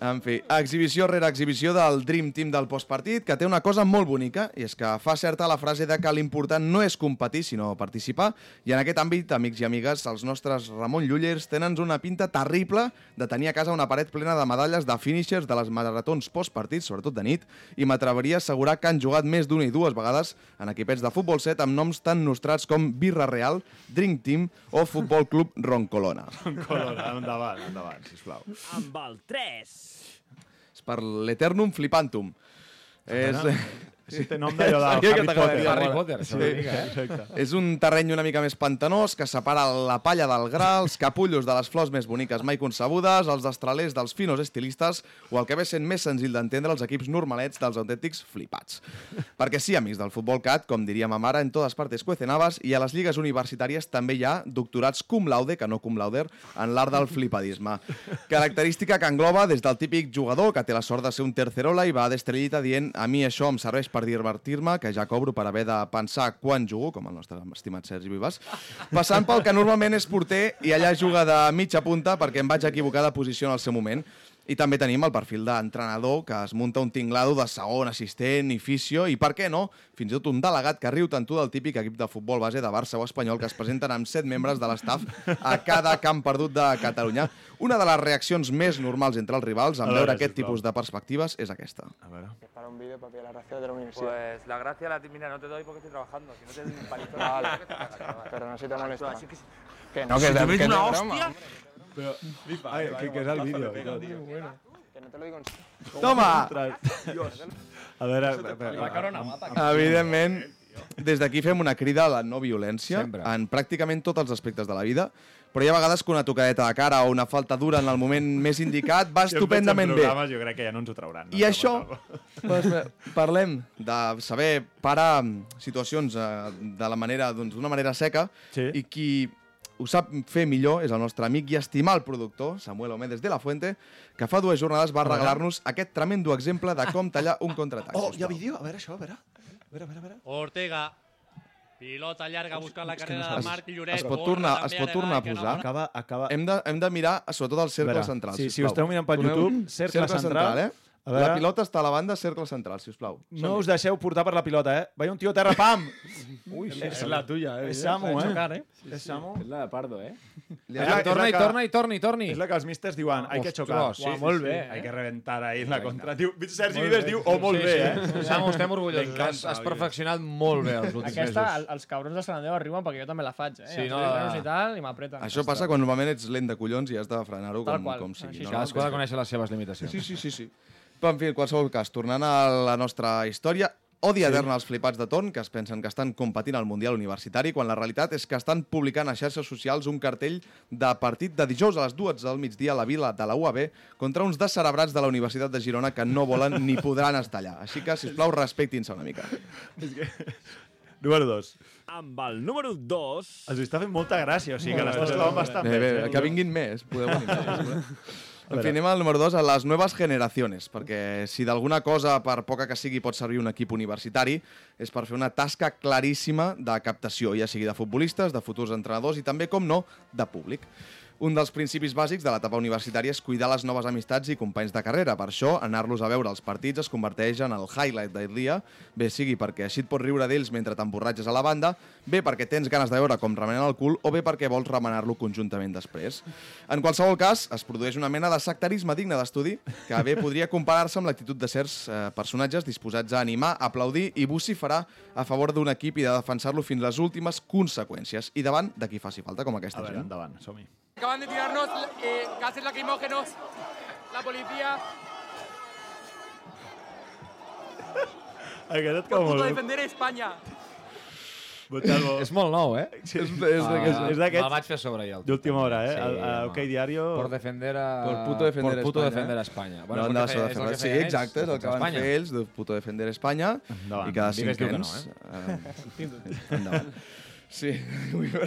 [SPEAKER 6] En fi, exhibició rere exhibició del Dream Team del postpartit, que té una cosa molt bonica, i és que fa certa la frase de que l'important no és competir, sinó participar, i en aquest àmbit, amics i amigues, els nostres Ramon Llullers tenen una pinta terrible de tenir a casa una paret plena de medalles de finishers de les maratons postpartit, sobretot de nit, i m'atreveria a assegurar que han jugat més d'una i dues vegades en equipets de futbol set amb noms tan nostrats com Birra Real, Drink Team o Futbol Club Roncolona.
[SPEAKER 4] Colora, endavant, endavant, sisplau.
[SPEAKER 12] Amb el 3.
[SPEAKER 6] És per l'Eternum Flipantum. És...
[SPEAKER 4] Sí, té nom *laughs* d'allò del
[SPEAKER 6] Sabia que
[SPEAKER 4] Harry
[SPEAKER 6] t'agradaria molt.
[SPEAKER 4] Potter. Harry Potter, això, una mica, eh? Exacte.
[SPEAKER 6] És un terreny una mica més pantanós que separa la palla del gra, els capullos de les flors més boniques mai concebudes, els destralers dels finos estilistes o el que ve sent més senzill d'entendre els equips normalets dels autèntics flipats. Perquè sí, amics del futbol cat, com diria ma mare, en totes partes cuecenabas i a les lligues universitàries també hi ha doctorats cum laude, que no cum lauder, en l'art del flipadisme. Característica que engloba des del típic jugador que té la sort de ser un tercerola i va d'estrellita dient a mi això em serveix per divertir-me, que ja cobro per haver de pensar quan jugo, com el nostre estimat Sergi Vivas, passant pel que normalment és porter i allà juga de mitja punta perquè em vaig equivocar de posició en el seu moment. I també tenim el perfil d'entrenador que es munta un tinglado de segon, assistent i fisio i, per què no, fins i tot un delegat que riu tant tu del típic equip de futbol base de Barça o Espanyol que es presenten amb set membres de l'estaf a cada camp perdut de Catalunya. Una de les reaccions més normals entre els rivals en
[SPEAKER 14] A
[SPEAKER 6] veure
[SPEAKER 14] veure,
[SPEAKER 6] aquest
[SPEAKER 14] sisplau.
[SPEAKER 6] tipus de perspectives és aquesta.
[SPEAKER 4] A veure.
[SPEAKER 14] Para un vídeo, papi, la gracia de la universidad.
[SPEAKER 15] Pues la gracia la mira, no te doy porque estoy trabajando, si no te doy un palito.
[SPEAKER 14] Vale.
[SPEAKER 15] creo que te cagas, chaval.
[SPEAKER 14] Pero no si te molesta.
[SPEAKER 15] Así que sí.
[SPEAKER 14] Que no, que es de- que es de broma, hombre.
[SPEAKER 4] Però,
[SPEAKER 5] eh,
[SPEAKER 4] ai, eh, que, que és el vídeo. i tot.
[SPEAKER 14] Que no te lo digo en
[SPEAKER 6] Toma!
[SPEAKER 4] A veure, a
[SPEAKER 14] La cara una
[SPEAKER 4] veure...
[SPEAKER 14] mata.
[SPEAKER 6] Evidentment, des d'aquí fem una crida a la no violència en pràcticament tots els aspectes de la vida, però hi ha vegades que una tocadeta de cara o una falta dura en el moment més indicat
[SPEAKER 4] *laughs*
[SPEAKER 6] va estupendament bé.
[SPEAKER 4] Jo crec que ja no ens ho trauran. No?
[SPEAKER 6] I això, doncs, eh, parlem de saber parar situacions eh, de la manera doncs, d'una manera seca sí. i qui ho sap fer millor és el nostre amic i estimar el productor, Samuel Omedes de la Fuente, que fa dues jornades va regalar-nos aquest tremendo exemple de com tallar un contraatac.
[SPEAKER 16] Oh, hi ha vídeo? A veure això, a veure. A veure, a veure, a veure. Ortega. Pilota llarga buscant la carrera de Marc Lloret.
[SPEAKER 6] es pot tornar, es pot tornar a posar.
[SPEAKER 4] Acaba, acaba.
[SPEAKER 6] Hem, de, hem de mirar eh, sobretot el cercle
[SPEAKER 4] Espera,
[SPEAKER 6] central,
[SPEAKER 4] sí, si
[SPEAKER 6] sisplau.
[SPEAKER 4] ho esteu mirant per
[SPEAKER 6] Torneu-
[SPEAKER 4] YouTube, cercle central,
[SPEAKER 6] eh?
[SPEAKER 4] a veure-
[SPEAKER 6] La pilota està a la banda, cercle central, si us plau.
[SPEAKER 4] No us deixeu portar per la pilota, eh? Veieu un tio a terra, pam!
[SPEAKER 9] Ui,
[SPEAKER 4] És-
[SPEAKER 9] és la tuya, eh?
[SPEAKER 4] És Samu, eh?
[SPEAKER 9] Xocar, eh?
[SPEAKER 4] Sí, és Samu.
[SPEAKER 9] És la de Pardo, eh?
[SPEAKER 4] És la- és la que-
[SPEAKER 5] torna, i torni.
[SPEAKER 4] És la que els místers diuen, hay que
[SPEAKER 5] Ostres,
[SPEAKER 4] chocar.
[SPEAKER 5] sí, Uah, sí, molt sí. bé,
[SPEAKER 4] Hay
[SPEAKER 5] eh?
[SPEAKER 4] que reventar ahí en la contra. Diu, Sergi
[SPEAKER 5] Molt
[SPEAKER 4] Vives
[SPEAKER 5] bé.
[SPEAKER 4] diu, oh, molt
[SPEAKER 5] Sí,
[SPEAKER 4] bé,
[SPEAKER 5] sí.
[SPEAKER 4] eh?
[SPEAKER 5] Samu, estem orgullosos. Has- has perfeccionat molt bé els últims
[SPEAKER 8] Aquesta,
[SPEAKER 5] mesos.
[SPEAKER 8] el, els cabrons de Sant Andreu arriben perquè jo també la faig, eh?
[SPEAKER 5] Sí,
[SPEAKER 8] Els
[SPEAKER 5] no,
[SPEAKER 8] entrenos
[SPEAKER 5] la-
[SPEAKER 8] I tal, i m'apreten.
[SPEAKER 6] Això passa quan normalment ets lent de collons i has de frenar-ho
[SPEAKER 8] Tal
[SPEAKER 6] com,
[SPEAKER 8] qual.
[SPEAKER 6] com sigui.
[SPEAKER 8] Així
[SPEAKER 6] no?
[SPEAKER 5] Cadascú ha de conèixer les seves limitacions.
[SPEAKER 6] Sí, sí, sí. sí. Però, en fi, en qualsevol cas, tornant a la nostra història, odi eterna els flipats de Ton, que es pensen que estan competint al Mundial Universitari, quan la realitat és que estan publicant a xarxes socials un cartell de partit de dijous a les 12 del migdia a la vila de la UAB contra uns descerebrats de la Universitat de Girona que no volen ni podran estar allà. Així que, sisplau, respectin-se una mica.
[SPEAKER 4] Número 2.
[SPEAKER 12] Amb el número 2...
[SPEAKER 4] Els està fent molta gràcia, o sigui que
[SPEAKER 6] Molt
[SPEAKER 4] l'estàs
[SPEAKER 6] bé,
[SPEAKER 4] clavant
[SPEAKER 6] molt bé.
[SPEAKER 4] bastant
[SPEAKER 6] Eh, Bé,
[SPEAKER 4] bé.
[SPEAKER 6] bé, que vinguin més, podeu venir més, eh?
[SPEAKER 4] A
[SPEAKER 6] En fi,
[SPEAKER 4] veure.
[SPEAKER 6] anem al número 2, a les noves generacions, perquè si d'alguna cosa, per poca que sigui, pot servir un equip universitari, és per fer una tasca claríssima de captació, ja sigui de futbolistes, de futurs entrenadors i també, com no, de públic. Un dels principis bàsics de l'etapa universitària és cuidar les noves amistats i companys de carrera. Per això, anar-los a veure els partits es converteix en el highlight del dia, bé sigui perquè així et pots riure d'ells mentre t'emborratges a la banda, bé perquè tens ganes de veure com remenen el cul o bé perquè vols remenar-lo conjuntament després. En qualsevol cas, es produeix una mena de sectarisme digne d'estudi que bé podria comparar-se amb l'actitud de certs eh, personatges disposats a animar, aplaudir i vociferar a favor d'un equip i de defensar-lo fins les últimes conseqüències i davant de qui faci falta, com aquesta
[SPEAKER 4] A veure,
[SPEAKER 6] gent.
[SPEAKER 4] endavant, som-hi.
[SPEAKER 17] Acaban de tirarnos eh, gases lacrimógenos, la policía,
[SPEAKER 4] Aquest et
[SPEAKER 17] por
[SPEAKER 4] cau
[SPEAKER 17] puto
[SPEAKER 4] molt bé.
[SPEAKER 17] defender a España.
[SPEAKER 4] Botarlo.
[SPEAKER 5] *laughs* És molt nou, eh?
[SPEAKER 4] Sí, és- és d'aquests- és d'aquests-
[SPEAKER 5] Me'l vaig fer sobre jo.
[SPEAKER 4] D'última hora, eh?
[SPEAKER 5] Sí,
[SPEAKER 4] A- a
[SPEAKER 5] home.
[SPEAKER 4] OK Diario-
[SPEAKER 5] Por defender a...
[SPEAKER 4] Por puto defender
[SPEAKER 5] Por puto
[SPEAKER 4] España,
[SPEAKER 5] defender
[SPEAKER 4] eh?
[SPEAKER 5] a Espanya.
[SPEAKER 6] Bueno,
[SPEAKER 5] és el
[SPEAKER 6] no,
[SPEAKER 5] que
[SPEAKER 6] això
[SPEAKER 5] feien-
[SPEAKER 6] de
[SPEAKER 5] és el que
[SPEAKER 6] fer, sí,
[SPEAKER 5] feien ells,
[SPEAKER 6] exacte, és el que
[SPEAKER 5] defensar
[SPEAKER 6] van
[SPEAKER 5] Espanya.
[SPEAKER 6] fer ells, de puto defender Espanya,
[SPEAKER 5] Endavant.
[SPEAKER 6] i cada
[SPEAKER 5] Digues
[SPEAKER 6] cinc
[SPEAKER 5] tu que
[SPEAKER 6] anys...
[SPEAKER 5] no,
[SPEAKER 6] eh? *laughs* endavant. Sí, *laughs* vull veure.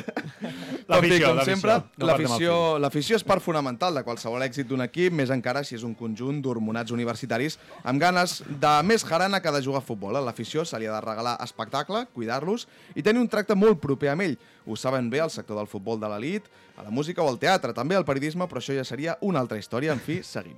[SPEAKER 4] La
[SPEAKER 6] En fi,
[SPEAKER 4] afició,
[SPEAKER 6] com
[SPEAKER 4] la
[SPEAKER 6] sempre,
[SPEAKER 4] afició. No perdem el
[SPEAKER 6] l'afició l'afició és part fonamental de qualsevol èxit d'un equip, més encara si és un conjunt d'hormonats universitaris amb ganes de més jarana que de jugar a futbol. A l'afició se li ha de regalar espectacle, cuidar-los i tenir un tracte molt proper amb ell. Ho saben bé al sector del futbol de l'elit, a la música o al teatre, també al periodisme, però això ja seria una altra història. En fi, seguim.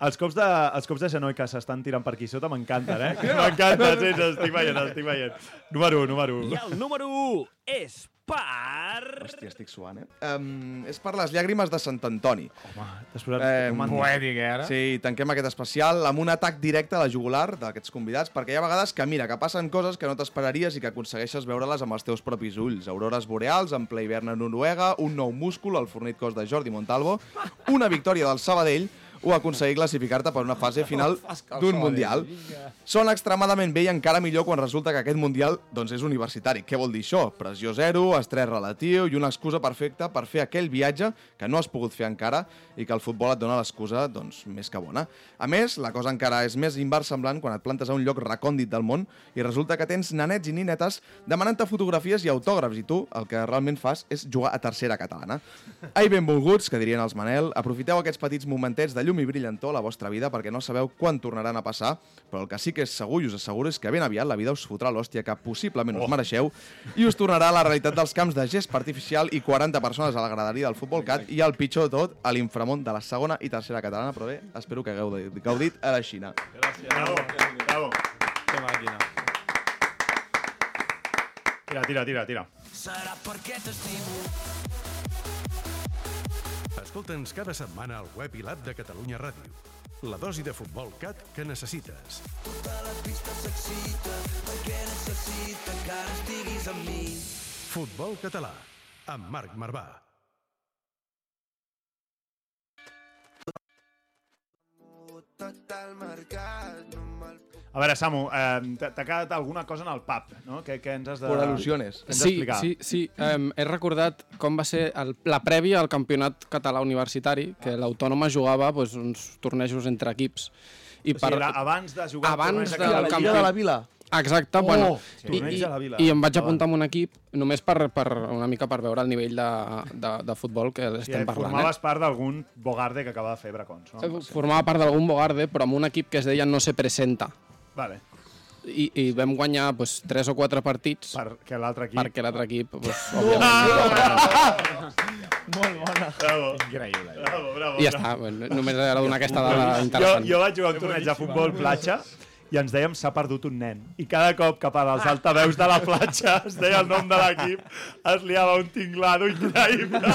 [SPEAKER 4] Els cops de, els cops de genoll que s'estan tirant per aquí sota m'encanten, eh? M'encanten, sí, sí, estic veient, estic veient. Número 1, número
[SPEAKER 12] I
[SPEAKER 4] 1.
[SPEAKER 12] el número 1 és per...
[SPEAKER 6] Hòstia, estic suant, eh? Um, és per les llàgrimes de Sant Antoni. Home,
[SPEAKER 4] t'has posat romàntic. Poètic, eh, ara?
[SPEAKER 6] Sí, tanquem aquest especial amb un atac directe a la jugular d'aquests convidats, perquè hi ha vegades que, mira, que passen coses que no t'esperaries i que aconsegueixes veure-les amb els teus propis ulls. Aurores boreals, en ple hivern a Noruega, un nou múscul al fornit cos de Jordi Montalvo, una victòria del Sabadell o aconseguir classificar-te per una fase final d'un Mundial. Són extremadament bé i encara millor quan resulta que aquest Mundial doncs, és universitari. Què vol dir això? Pressió zero, estrès relatiu i una excusa perfecta per fer aquell viatge que no has pogut fer encara i que el futbol et dona l'excusa doncs, més que bona. A més, la cosa encara és més inversemblant quan et plantes a un lloc recòndit del món i resulta que tens nanets i ninetes demanant-te fotografies i autògrafs i tu el que realment fas és jugar a tercera catalana. Ai, benvolguts, que dirien els Manel, aprofiteu aquests petits momentets de llum i brillantor a la vostra vida perquè no sabeu quan tornaran a passar, però el que sí que és segur i us asseguro és que ben aviat la vida us fotrà l'hòstia que possiblement us mereixeu i us tornarà a la realitat dels camps de gespa artificial i 40 persones a la graderia del Futbol Cat i el pitjor de tot, a l'inframont de la segona i tercera catalana, però bé, espero que hagueu de- gaudit a la Xina.
[SPEAKER 4] Bravo, bravo. Que màquina. Tira, tira, tira, tira.
[SPEAKER 2] Serà perquè t'estimo.
[SPEAKER 3] Escolta'ns cada setmana al web i l'app de Catalunya Ràdio. La dosi de futbol cat que necessites.
[SPEAKER 2] Tota la pista s'excita perquè necessita que ara estiguis amb mi.
[SPEAKER 3] Futbol català, amb Marc Marvà.
[SPEAKER 2] Tot el mercat no me'l
[SPEAKER 4] A veure, Samu, eh, t'ha t'ha quedat alguna cosa en el pub, no? Què, què ens has de... Què ens has
[SPEAKER 10] Sí,
[SPEAKER 4] d'explicar?
[SPEAKER 10] sí, sí. Um, he recordat com va ser el, la prèvia al campionat català universitari, que l'Autònoma jugava doncs, uns tornejos entre equips. I
[SPEAKER 4] O sigui, era abans de jugar al
[SPEAKER 10] abans
[SPEAKER 4] torneig de
[SPEAKER 10] del
[SPEAKER 4] Catalunya.
[SPEAKER 10] campió-
[SPEAKER 4] Lliga de la Vila.
[SPEAKER 10] Exacte,
[SPEAKER 4] Oh,
[SPEAKER 10] bueno,
[SPEAKER 4] sí. Torneig de la Vila.
[SPEAKER 10] i, i em vaig
[SPEAKER 4] Endavant.
[SPEAKER 10] apuntar a un equip només per, per una mica per veure el nivell de, de, de futbol que
[SPEAKER 4] Sí,
[SPEAKER 10] estem parlant. eh?
[SPEAKER 4] formaves part d'algun bogarde que acaba de fer Bracons, no?
[SPEAKER 10] Eh, Formava part d'algun Bogarde, però amb un equip que es deia No se presenta.
[SPEAKER 4] Vale.
[SPEAKER 10] I, i vam guanyar pues, 3 o 4 partits.
[SPEAKER 4] Perquè l'altre equip...
[SPEAKER 10] Perquè l'altre equip, doncs,
[SPEAKER 4] *laughs*
[SPEAKER 10] pues,
[SPEAKER 4] No!
[SPEAKER 10] òbviament.
[SPEAKER 4] Molt bona. Bravo. Increïble.
[SPEAKER 10] eh?
[SPEAKER 4] Bravo, bravo.
[SPEAKER 10] I ja està, bueno, només era donar aquesta dada
[SPEAKER 4] Jo,
[SPEAKER 10] interessant.
[SPEAKER 4] jo vaig jugar a un torneig de futbol platja i ens dèiem s'ha perdut un nen. I cada cop cap a dels altaveus de la platja *laughs* es deia el nom de l'equip, es liava un tinglado increïble.
[SPEAKER 6] *laughs*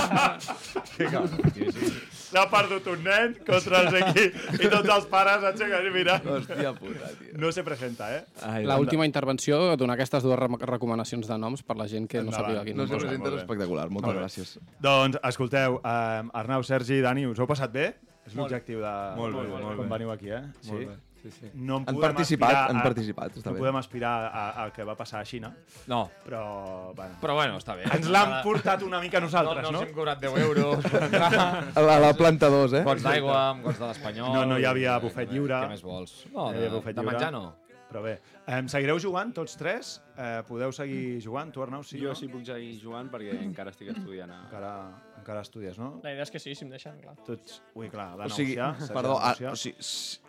[SPEAKER 4] S'ha perdut un nen contra els equips i tots els pares aixequen i miren.
[SPEAKER 6] Hòstia puta, tio.
[SPEAKER 4] No se presenta, eh?
[SPEAKER 10] La última intervenció, donar aquestes dues re- recomanacions de noms per la gent que no
[SPEAKER 4] Endavant. Doncs
[SPEAKER 10] sàpiga quin
[SPEAKER 4] No
[SPEAKER 10] nom
[SPEAKER 4] se
[SPEAKER 10] és.
[SPEAKER 4] presenta, és espectacular. Moltes Molt bé.
[SPEAKER 6] gràcies.
[SPEAKER 4] Doncs, escolteu, eh, Arnau, Sergi, Dani, us heu passat bé? És
[SPEAKER 6] Molt.
[SPEAKER 4] l'objectiu de
[SPEAKER 6] Molt bé, molt bé.
[SPEAKER 4] com veniu aquí, eh?
[SPEAKER 6] Molt bé. Sí, sí.
[SPEAKER 4] No en
[SPEAKER 6] Han
[SPEAKER 4] podem
[SPEAKER 6] participat,
[SPEAKER 4] aspirar
[SPEAKER 6] han
[SPEAKER 4] a-
[SPEAKER 6] participat, està
[SPEAKER 4] no
[SPEAKER 6] bé.
[SPEAKER 4] podem aspirar a- al que va passar a Xina.
[SPEAKER 5] No.
[SPEAKER 4] Però, bueno.
[SPEAKER 5] Però bueno, està bé.
[SPEAKER 4] Ens l'han portat una mica nosaltres, no?
[SPEAKER 5] No, no ens hem cobrat
[SPEAKER 6] *laughs*
[SPEAKER 5] 10 euros.
[SPEAKER 6] A la, a la planta 2, eh?
[SPEAKER 5] Gots d'aigua, amb gots de l'Espanyol...
[SPEAKER 4] No, no hi havia
[SPEAKER 5] i-
[SPEAKER 4] bufet lliure.
[SPEAKER 5] Què més vols? No,
[SPEAKER 4] Hi
[SPEAKER 5] de,
[SPEAKER 4] havia bufet
[SPEAKER 5] de
[SPEAKER 4] lliure.
[SPEAKER 5] menjar no.
[SPEAKER 4] Però bé, em seguireu jugant tots tres? Eh, podeu seguir jugant? Tu, Arnau, sí?
[SPEAKER 9] Jo
[SPEAKER 4] no?
[SPEAKER 9] sí puc seguir jugant perquè encara estic estudiant. A...
[SPEAKER 4] Encara, encara estudies, no?
[SPEAKER 8] La idea és que sí, si em deixen, clar.
[SPEAKER 4] Tots... Ui, clar,
[SPEAKER 6] O sigui, perdó, a, o sigui, s-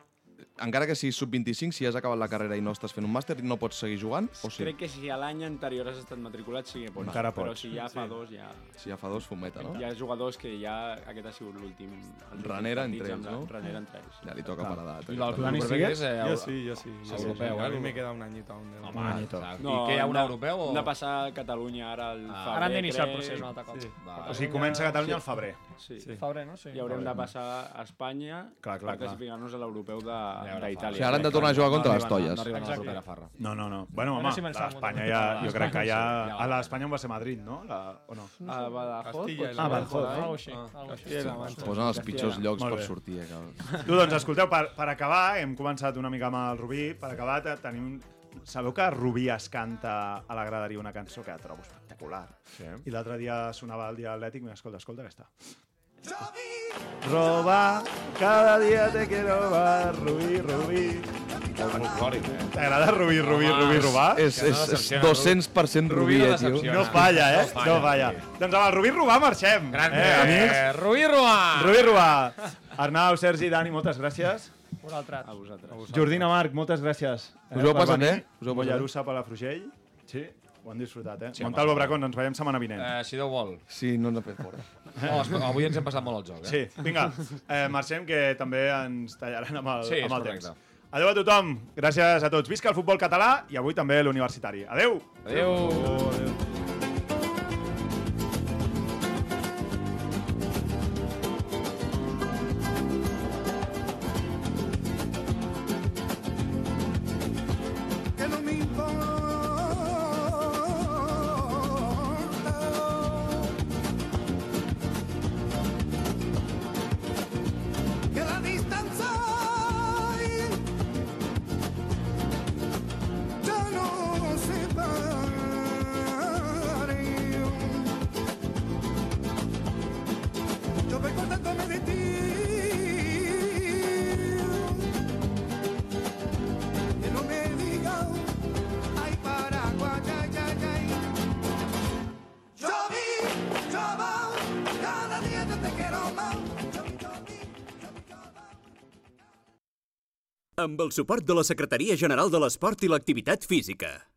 [SPEAKER 6] encara que siguis sub-25, si has acabat la carrera i no estàs fent un màster, no pots seguir jugant? O sí?
[SPEAKER 9] Crec que si a l'any anterior has estat matriculat sí que pots.
[SPEAKER 6] Encara
[SPEAKER 9] però
[SPEAKER 6] pots.
[SPEAKER 9] si ja fa
[SPEAKER 6] Sí.
[SPEAKER 9] dos ja...
[SPEAKER 6] Si ja fa dos, fumeta, no?
[SPEAKER 9] Hi ha jugadors que ja aquest ha sigut l'últim... els últims
[SPEAKER 6] Ranera
[SPEAKER 9] partits
[SPEAKER 6] entre
[SPEAKER 9] amb
[SPEAKER 6] ells,
[SPEAKER 9] la-
[SPEAKER 6] no?
[SPEAKER 9] Ranera entre ells.
[SPEAKER 6] Ja li toca
[SPEAKER 9] Clar.
[SPEAKER 6] per edat.
[SPEAKER 9] I l'altre
[SPEAKER 6] Dani,
[SPEAKER 9] europeu que és,
[SPEAKER 6] sigues?
[SPEAKER 9] eh,
[SPEAKER 6] Jo
[SPEAKER 9] eu-
[SPEAKER 6] sí, jo sí, jo
[SPEAKER 9] el
[SPEAKER 6] sí.
[SPEAKER 9] europeu, eh?
[SPEAKER 7] A mi me queda un añito aún. de-
[SPEAKER 9] Home,
[SPEAKER 7] Un añito.
[SPEAKER 9] clar.
[SPEAKER 7] No,
[SPEAKER 9] I què, hi ha un
[SPEAKER 7] hem de-
[SPEAKER 9] europeu o...?
[SPEAKER 7] hem de
[SPEAKER 9] de passar a Catalunya ara al
[SPEAKER 7] Ah.
[SPEAKER 9] febrer,
[SPEAKER 7] Ara han d'iniciar el
[SPEAKER 9] crec.
[SPEAKER 7] procés un altre cop. Sí.
[SPEAKER 9] Vale.
[SPEAKER 4] O sigui, comença a Catalunya al febrer.
[SPEAKER 9] Sí.
[SPEAKER 4] Sí.
[SPEAKER 8] Febrer, no? Sí.
[SPEAKER 9] I haurem
[SPEAKER 4] Febrer.
[SPEAKER 9] de passar a Espanya
[SPEAKER 4] Clar, clar, clar.
[SPEAKER 9] per classificar-nos a l'europeu de-
[SPEAKER 6] O
[SPEAKER 9] d'Itàlia.
[SPEAKER 6] sigui, ara han de tornar a jugar contra les
[SPEAKER 9] arriben-
[SPEAKER 6] tolles.
[SPEAKER 9] no arriben a la
[SPEAKER 6] Exacte.
[SPEAKER 9] propera farra.
[SPEAKER 4] No, no, no. Bueno,
[SPEAKER 9] A
[SPEAKER 4] home,
[SPEAKER 9] veure si me
[SPEAKER 4] a
[SPEAKER 9] salgo
[SPEAKER 4] Espanya
[SPEAKER 9] també.
[SPEAKER 4] ja...
[SPEAKER 9] A
[SPEAKER 4] Jo crec que
[SPEAKER 9] l'Espanya
[SPEAKER 4] ja...
[SPEAKER 9] sí, ja
[SPEAKER 4] A l'Espanya on va ser Madrid, no? La, o no?
[SPEAKER 9] A Badajoz,
[SPEAKER 4] Castilla,
[SPEAKER 9] potser.
[SPEAKER 4] la- Ah,
[SPEAKER 9] Algo
[SPEAKER 4] Badajoz, eh?
[SPEAKER 9] així, algo així.
[SPEAKER 4] Castilla i la
[SPEAKER 9] Sí,
[SPEAKER 6] Pues
[SPEAKER 4] Mancha.
[SPEAKER 9] es posen els pitjors llocs
[SPEAKER 4] Molt
[SPEAKER 6] per
[SPEAKER 4] bé.
[SPEAKER 6] sortir, eh, cabrón.
[SPEAKER 4] Tu, doncs, escolteu, per, per acabar, hem començat una mica amb el Rubí, per acabar te- tenim... Sabeu que Rubí es canta a la graderia una cançó que trobo espectacular. Sí. I l'altre dia sonava al dia atlètic, mira, escolta, escolta, aquesta. Roba, cada dia te quiero más, Rubí, Rubí.
[SPEAKER 5] Folclòric, eh?
[SPEAKER 4] T'agrada Rubí, Rubí,
[SPEAKER 6] Home,
[SPEAKER 4] Rubí,
[SPEAKER 6] és-
[SPEAKER 4] robar?
[SPEAKER 6] és- Ah, Que no és- és decepciona, Rubí. 200% Rubí, Rubí no eh, tio. decepciona.
[SPEAKER 4] No falla, eh?
[SPEAKER 6] No falla,
[SPEAKER 4] No falla. Doncs amb el Rubí robar marxem. Gran eh,
[SPEAKER 6] eh,
[SPEAKER 4] amics?
[SPEAKER 8] Rubí robar!
[SPEAKER 4] Rubí robar. Arnau, Sergi, Dani, moltes gràcies.
[SPEAKER 8] Vosaltres.
[SPEAKER 9] A vosaltres.
[SPEAKER 4] Jordina Marc, moltes gràcies. eh,
[SPEAKER 6] Us ho heu
[SPEAKER 4] per
[SPEAKER 6] passat
[SPEAKER 4] venir.
[SPEAKER 6] bé? Us ho heu passat
[SPEAKER 4] Mollerussa, Palafrugell. Sí, ho hem disfrutat, eh?
[SPEAKER 5] Sí,
[SPEAKER 4] Sí,
[SPEAKER 5] home,
[SPEAKER 4] Montalvo
[SPEAKER 5] sí.
[SPEAKER 4] Bracons, ens veiem setmana vinent.
[SPEAKER 5] Eh, si Déu vol.
[SPEAKER 6] Sí, no ens ha fet fora.
[SPEAKER 5] Oh, escolta, avui ens hem passat molt el joc,
[SPEAKER 4] Sí,
[SPEAKER 5] eh?
[SPEAKER 4] vinga, eh, marxem, que també ens tallaran amb el,
[SPEAKER 5] Sí, és
[SPEAKER 4] amb el
[SPEAKER 5] correcte.
[SPEAKER 4] temps. Adéu a tothom, gràcies a tots. Visca el futbol català i avui també l'universitari. Adéu!
[SPEAKER 5] Adéu.
[SPEAKER 14] que no me importa. Que la distancia ya no nos separe. Yo recordándome de ti que no me digan, ay Paraguay, ay, ay, ay. Yo vi, yo voy, cada día yo te quiero más. Yo vi, yo vi.
[SPEAKER 18] Amb el suport de la Secretaria General de l'Esport i l'Activitat Física.